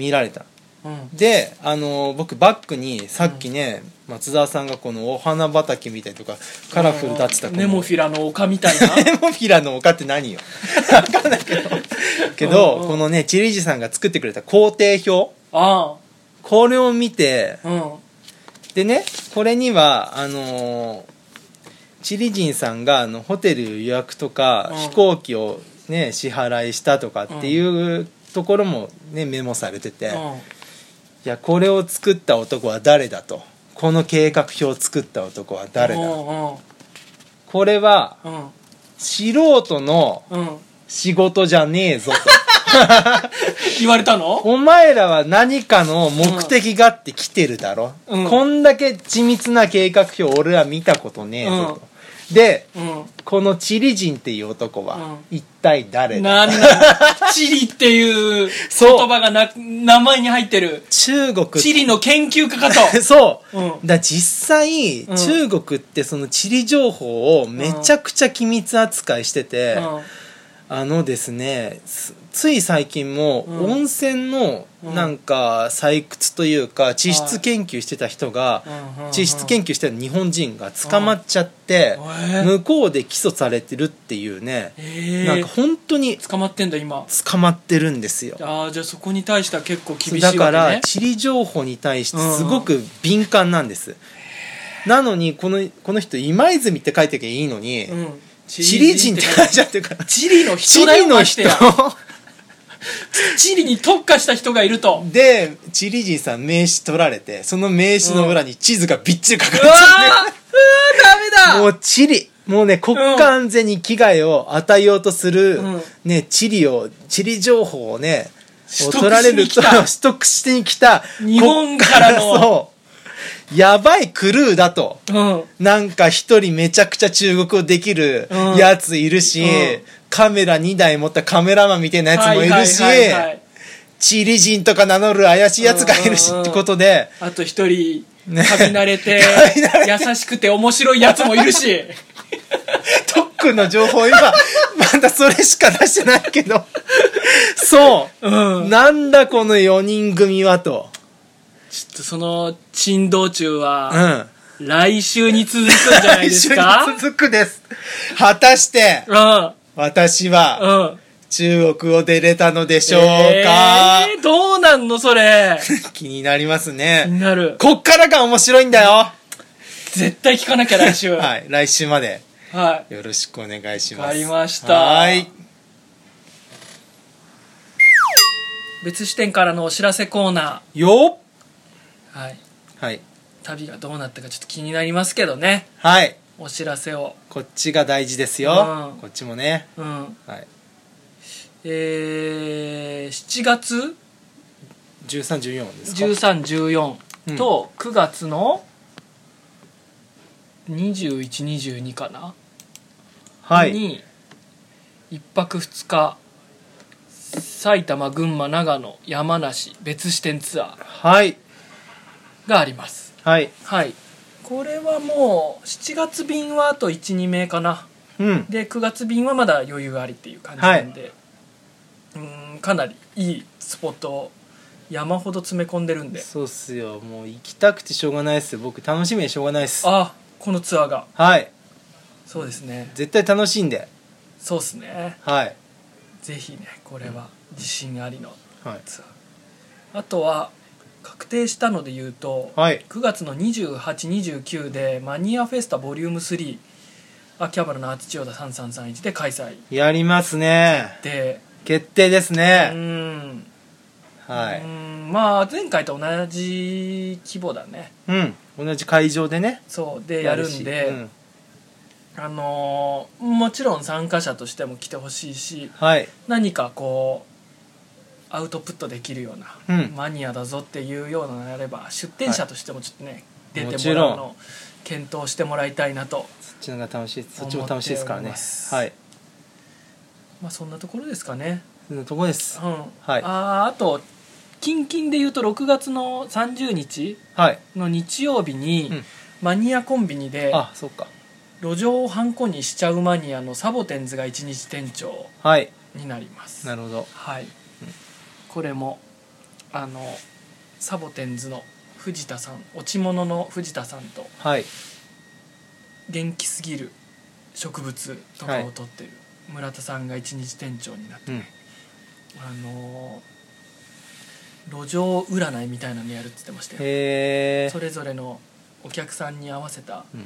Speaker 2: 見られた
Speaker 1: うん
Speaker 2: であの僕バッグにさっきね、松沢さんがこのお花畑みたいとかカラフルだってたこの
Speaker 1: ネモフィラの丘みたいな
Speaker 2: ネモフィラの丘って何よ分かんないけどけど
Speaker 1: うんうん
Speaker 2: このねチリジさんが作ってくれた工程表
Speaker 1: あ
Speaker 2: これを見て
Speaker 1: あうん
Speaker 2: でねこれにはあのーチリジンさんがあのホテル予約とか、
Speaker 1: うん
Speaker 2: 飛行機をね支払いしたとかっていうところもねメモされてて、いやこれを作った男は誰だとこの計画表を作った男は誰
Speaker 1: う
Speaker 2: だ
Speaker 1: ん
Speaker 2: これは
Speaker 1: うん
Speaker 2: 素人の
Speaker 1: うんうん
Speaker 2: 仕事じゃねえ ぞと。
Speaker 1: 言われたの
Speaker 2: お前らは何かの目的があって来てるだろ、
Speaker 1: うん
Speaker 2: こんだけ緻密な計画表俺は見たことねえぞと、で
Speaker 1: うん
Speaker 2: このチリ人っていう男は
Speaker 1: う
Speaker 2: 一体誰
Speaker 1: な
Speaker 2: だ、
Speaker 1: んだチリっていう
Speaker 2: そう
Speaker 1: 言葉がな名前に入ってる
Speaker 2: 中国
Speaker 1: チリの研究家か と
Speaker 2: そう、
Speaker 1: うん
Speaker 2: だ実際、
Speaker 1: うん
Speaker 2: 中国ってその地理情報をめちゃくちゃ機密扱いしてて、
Speaker 1: うん
Speaker 2: あのですねつつい最近も
Speaker 1: うん
Speaker 2: 温泉の
Speaker 1: うん
Speaker 2: なんか採掘というか地質研究してた人が、
Speaker 1: うんうん
Speaker 2: 地質研究してる日本人が捕まっちゃって
Speaker 1: うん
Speaker 2: 向こうで起訴されてるっていうね
Speaker 1: ええ
Speaker 2: なんか本当に
Speaker 1: 捕まってんだ今
Speaker 2: 捕まってるんですよ
Speaker 1: ああじゃあそこに対しては結構厳しいわ
Speaker 2: だ
Speaker 1: けね
Speaker 2: から地理情報に対してすごく敏感なんですなのにこのこの人今泉って書いてけばいいのに
Speaker 1: うん
Speaker 2: 地理人って書いちゃってるから
Speaker 1: チリの
Speaker 2: 地
Speaker 1: 人だ
Speaker 2: 理
Speaker 1: よ
Speaker 2: の
Speaker 1: まして
Speaker 2: 人
Speaker 1: やチリに特化した人がいると
Speaker 2: でチリ人さん名刺取られてその名刺の裏に地図がびっちり書かれ
Speaker 1: う
Speaker 2: て
Speaker 1: わーうわ
Speaker 2: る
Speaker 1: ーダメだ
Speaker 2: もうチリもうね国家安全に危害を与えようとする、
Speaker 1: うん
Speaker 2: ね地理を地理情報をね
Speaker 1: 取得
Speaker 2: を取られる
Speaker 1: しに
Speaker 2: と
Speaker 1: 来た
Speaker 2: 取得してに来た
Speaker 1: 日本からの
Speaker 2: 国家そうやばいクルーだと
Speaker 1: うん
Speaker 2: なんか一人めちゃくちゃ中国語できる
Speaker 1: うん
Speaker 2: やついるし、
Speaker 1: うん
Speaker 2: カメラ2台持ったカメラマンみたいなやつもいるし、
Speaker 1: はいはいはいはい
Speaker 2: チリ人とか名乗る怪しいやつがいるし
Speaker 1: うんうんうん
Speaker 2: ってことで、
Speaker 1: あと一人
Speaker 2: ね
Speaker 1: 旅慣れて
Speaker 2: 旅慣
Speaker 1: 優しくて面白いやつもいるし
Speaker 2: 特区の情報今、まだそれしか出してないけど、 そうう、
Speaker 1: ん
Speaker 2: なんだこの4人組はと。
Speaker 1: ちょっとその珍道中
Speaker 2: う
Speaker 1: は、
Speaker 2: ん。
Speaker 1: 来週に続くんじゃないですか
Speaker 2: 一緒に続くです。果たして、私は
Speaker 1: うんうん
Speaker 2: 中国を出れたのでしょうか、
Speaker 1: えーどうなんのそれ
Speaker 2: 気になります
Speaker 1: 気
Speaker 2: ね。
Speaker 1: になる
Speaker 2: こっからが面白いんだよ。
Speaker 1: 絶対聞かなきゃ来週は
Speaker 2: はい。来週まで
Speaker 1: い、はい、
Speaker 2: よろしくお願いしま
Speaker 1: わ
Speaker 2: す。
Speaker 1: かりました
Speaker 2: はい。
Speaker 1: 別視点からのお知らせコーナ
Speaker 2: よっ
Speaker 1: ー、はい、
Speaker 2: はい。
Speaker 1: 旅がどうなったかちょっと気になりますけどね
Speaker 2: はい。
Speaker 1: お知らせを
Speaker 2: こっちが大事ですよ。
Speaker 1: うん
Speaker 2: こっちもね。
Speaker 1: うん
Speaker 2: はい。
Speaker 1: えー、7月
Speaker 2: 13、14ですか
Speaker 1: 1314と9月の2122かな、
Speaker 2: はい。
Speaker 1: に1泊2日埼玉群馬長野山梨別支店ツア
Speaker 2: はい。
Speaker 1: ーがあります
Speaker 2: はい。
Speaker 1: はいこれはもう7月便はあと12名かな
Speaker 2: うん。
Speaker 1: で9月便はまだ余裕ありっていう感じなんで、うーんかなりいいスポットを山ほど詰め込んでるんで
Speaker 2: そうっすよ。もう行きたくてしょうがないっす。僕楽しみでしょうがないっす。
Speaker 1: あこのツアーが
Speaker 2: はい。
Speaker 1: そうですね
Speaker 2: 絶対楽しいんで。
Speaker 1: そうですね
Speaker 2: はい。
Speaker 1: ぜひねこれは自信ありの
Speaker 2: はい。
Speaker 1: ツアーあとは確定したので言うと、
Speaker 2: はい。
Speaker 1: 9月の2829でマニアフェスタボリューム3秋葉原のアーチ千代田3331で開催
Speaker 2: やりますね。
Speaker 1: で
Speaker 2: 決定です
Speaker 1: う
Speaker 2: ね。
Speaker 1: ん
Speaker 2: は
Speaker 1: う
Speaker 2: い。
Speaker 1: んまあ前回と同じ規模だね
Speaker 2: うん。同じ会場でね。
Speaker 1: そうでやるん
Speaker 2: や
Speaker 1: で、
Speaker 2: しうん
Speaker 1: あのーもちろん参加者としても来てほしいし
Speaker 2: はい。
Speaker 1: 何かこうアウトプットできるような、
Speaker 2: うん
Speaker 1: マニアだぞっていうようなのであれば出店者としてもちょっとね、出
Speaker 2: も
Speaker 1: ても
Speaker 2: ち
Speaker 1: ら
Speaker 2: ろん
Speaker 1: うのを検討してもらいたいなと、
Speaker 2: そっちの方が楽しい。そっちも楽しいですから
Speaker 1: 思っており
Speaker 2: ね
Speaker 1: ます。
Speaker 2: はい。
Speaker 1: まあ、そんなところですかね、
Speaker 2: そんなとこです
Speaker 1: う。ん
Speaker 2: はい
Speaker 1: あーあと近々で言うと6月の30日
Speaker 2: はい。
Speaker 1: の日曜日に、
Speaker 2: うん
Speaker 1: マニアコンビニで
Speaker 2: あ、そっか。
Speaker 1: 路上をハンコにしちゃうマニアのサボテンズが一日店長
Speaker 2: はい。
Speaker 1: になります
Speaker 2: なるほど。
Speaker 1: はい、これもあのサボテンズの藤田さん落ち物の藤田さんと
Speaker 2: はい。
Speaker 1: 元気すぎる植物とかを撮ってる村田さんが一日店長になって、
Speaker 2: うん。
Speaker 1: あのー路上占いみたいなのやるって言ってましたよ
Speaker 2: へ
Speaker 1: そ
Speaker 2: ー
Speaker 1: れぞれのお客さんに合わせた
Speaker 2: う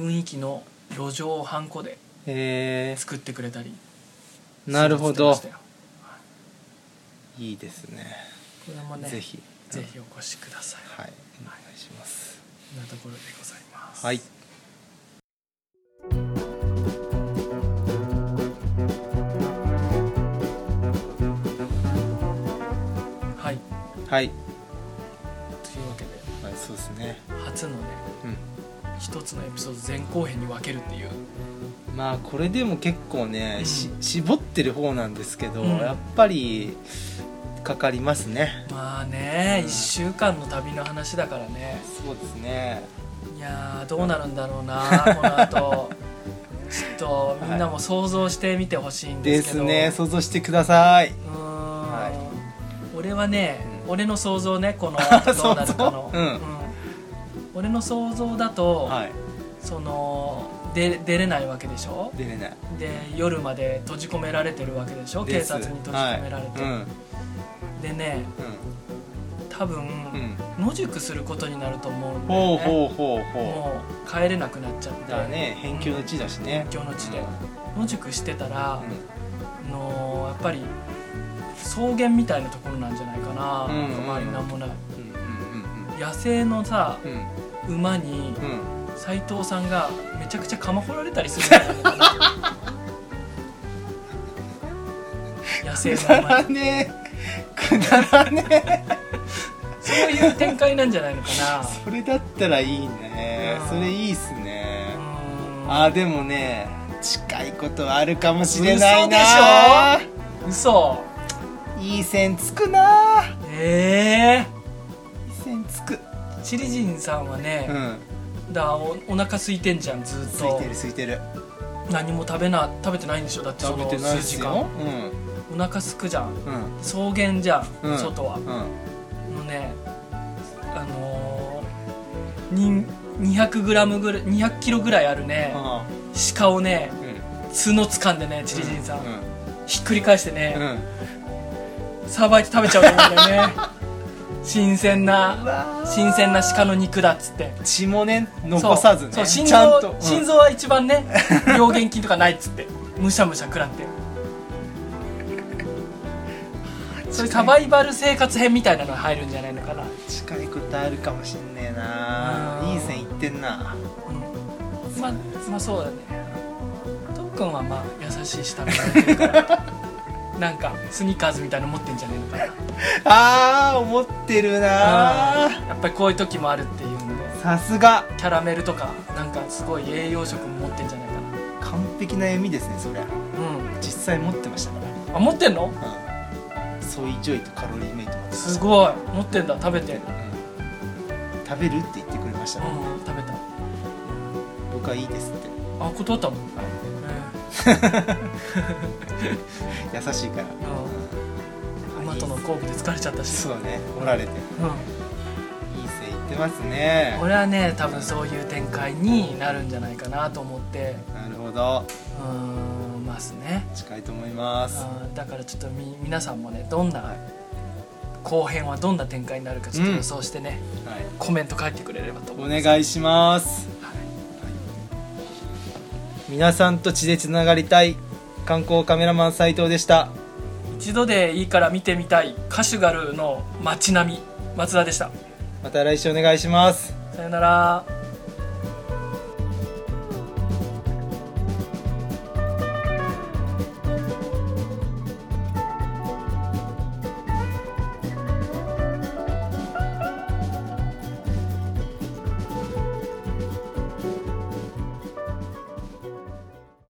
Speaker 2: ん。
Speaker 1: 雰囲気の路上をハンコで
Speaker 2: へ
Speaker 1: 作ってくれたり
Speaker 2: ーなるほ
Speaker 1: そう
Speaker 2: ど
Speaker 1: 言ってました。よ
Speaker 2: いいですね。
Speaker 1: これもね
Speaker 2: ぜひ。
Speaker 1: ぜひお越しください
Speaker 2: はい。お願いします。
Speaker 1: こんなところでございます
Speaker 2: はい。
Speaker 1: はい
Speaker 2: はい。
Speaker 1: というわけで
Speaker 2: はい、そうですね。
Speaker 1: 初のね
Speaker 2: うん。
Speaker 1: 一つのエピソード前後編に分けるっていう
Speaker 2: まあこれでも結構ね、
Speaker 1: うん
Speaker 2: し絞ってる方なんですけど、
Speaker 1: うん
Speaker 2: やっぱりかかりますね
Speaker 1: まあね1週間の旅の話だからね
Speaker 2: そうですね
Speaker 1: いやーどうなるんだろう なこの後ちょっとみんなも想像してみてほしいんで
Speaker 2: です
Speaker 1: け
Speaker 2: す
Speaker 1: ど
Speaker 2: ね想像してくださいう
Speaker 1: ーん、
Speaker 2: は
Speaker 1: 俺はね、
Speaker 2: うん
Speaker 1: 俺の想像ねこの後どうなるかの
Speaker 2: 想、像うん
Speaker 1: 俺の想像だと、
Speaker 2: はい
Speaker 1: そので出れないわけでしょ
Speaker 2: 出れない
Speaker 1: で夜まで閉じ込められてるわけでしょ警
Speaker 2: です
Speaker 1: 察に閉じ込められて、
Speaker 2: はい
Speaker 1: でね多分、
Speaker 2: うんうんうん
Speaker 1: 野宿することになると思うんで、ね
Speaker 2: ほう、ほうほうほ
Speaker 1: もう帰れなくなっちゃっ
Speaker 2: う
Speaker 1: て
Speaker 2: だからね返球の地だしね
Speaker 1: 返境の地で
Speaker 2: うん
Speaker 1: 野宿してたら、あのやっぱり草原みたいなところなんじゃないかな、
Speaker 2: うんうん
Speaker 1: 周りなんもない
Speaker 2: うんうん
Speaker 1: 野生のさ
Speaker 2: うんうんうん
Speaker 1: 馬に
Speaker 2: うんうん
Speaker 1: 斎藤さんがめちゃくちゃかまほられたりするん じゃないかな野生
Speaker 2: く
Speaker 1: の
Speaker 2: だ
Speaker 1: 馬に
Speaker 2: らねえくだらねえ
Speaker 1: そういう展開なんじゃないのかな
Speaker 2: それだったらいいね
Speaker 1: うん
Speaker 2: それいいっすね
Speaker 1: うーん
Speaker 2: あーでもね近いことはあるかもしれないな
Speaker 1: 嘘嘘
Speaker 2: いい線つくなー
Speaker 1: ええ
Speaker 2: いい線つく
Speaker 1: ー、チリジンさんはね
Speaker 2: う、ん
Speaker 1: だおお腹空いてんじゃんずっ
Speaker 2: つい
Speaker 1: と
Speaker 2: てるついてる
Speaker 1: 何も食べな食べてないんでしょだってその数時間
Speaker 2: うん
Speaker 1: お腹すくじゃん
Speaker 2: うん
Speaker 1: 草原じゃん、
Speaker 2: うん
Speaker 1: 外は
Speaker 2: うん
Speaker 1: のねあのー、に 200g ぐらい 200kg ぐらいあるね
Speaker 2: あ
Speaker 1: 鹿をね
Speaker 2: あうん
Speaker 1: 角掴んでねチリジンさん、
Speaker 2: う
Speaker 1: ひっくり返してね
Speaker 2: んうん
Speaker 1: さばいて食べちゃうと思うんだよね 新鮮な
Speaker 2: わー
Speaker 1: 新鮮な鹿の肉だっつって
Speaker 2: 血もね残さずね
Speaker 1: そうそう心
Speaker 2: ちゃんと、
Speaker 1: 臓、
Speaker 2: うん
Speaker 1: 心臓は一番 ね病原菌とかないっつってむしゃむしゃ食らってそういうサバイバル生活編みたいなのが入るんじゃないのかな、
Speaker 2: 近いことあるかもしんねえな
Speaker 1: うん
Speaker 2: いい線いってんな
Speaker 1: うん、まあまあそうだねとっくんはまあ優しい下 見られてるからなんかスニーカーズみたいなの持ってんじゃねえのかな
Speaker 2: あー思ってるなー
Speaker 1: やっぱりこういう時もあるっていうんで
Speaker 2: さすが
Speaker 1: キャラメルとかなんかすごい栄養食も持ってんじゃないかな
Speaker 2: 完璧な読みですねそりゃ実際持ってましたか
Speaker 1: うんあ持ってんの
Speaker 2: ら、うん、ソイジョイとカロリーメイト持ってまし
Speaker 1: す
Speaker 2: た
Speaker 1: ごい持ってんだ食べてうん
Speaker 2: うん食べるって言ってくれました、
Speaker 1: 食べた
Speaker 2: 僕はいいですって
Speaker 1: あ断ったもん、
Speaker 2: 優しいから、
Speaker 1: うん、
Speaker 2: うん
Speaker 1: 馬との交尾で疲れちゃったし
Speaker 2: そうねおられていい
Speaker 1: うん、
Speaker 2: 線いってますね
Speaker 1: 俺はね多分そういう展開になるんじゃないかなと思って
Speaker 2: なるほど
Speaker 1: うーんますね
Speaker 2: 近いと思います
Speaker 1: あーだからちょっとみ皆さんもねどんな後編はどんな展開になるかちょっと予想してね、
Speaker 2: はい
Speaker 1: コメント書いてくれればと思
Speaker 2: お
Speaker 1: います
Speaker 2: 願いします皆さんと血でつながりたい観光カメラマン斉藤でした
Speaker 1: 一度でいいから見てみたいカシュガルの街並み松田でした
Speaker 2: また来週お願いします
Speaker 1: さよなら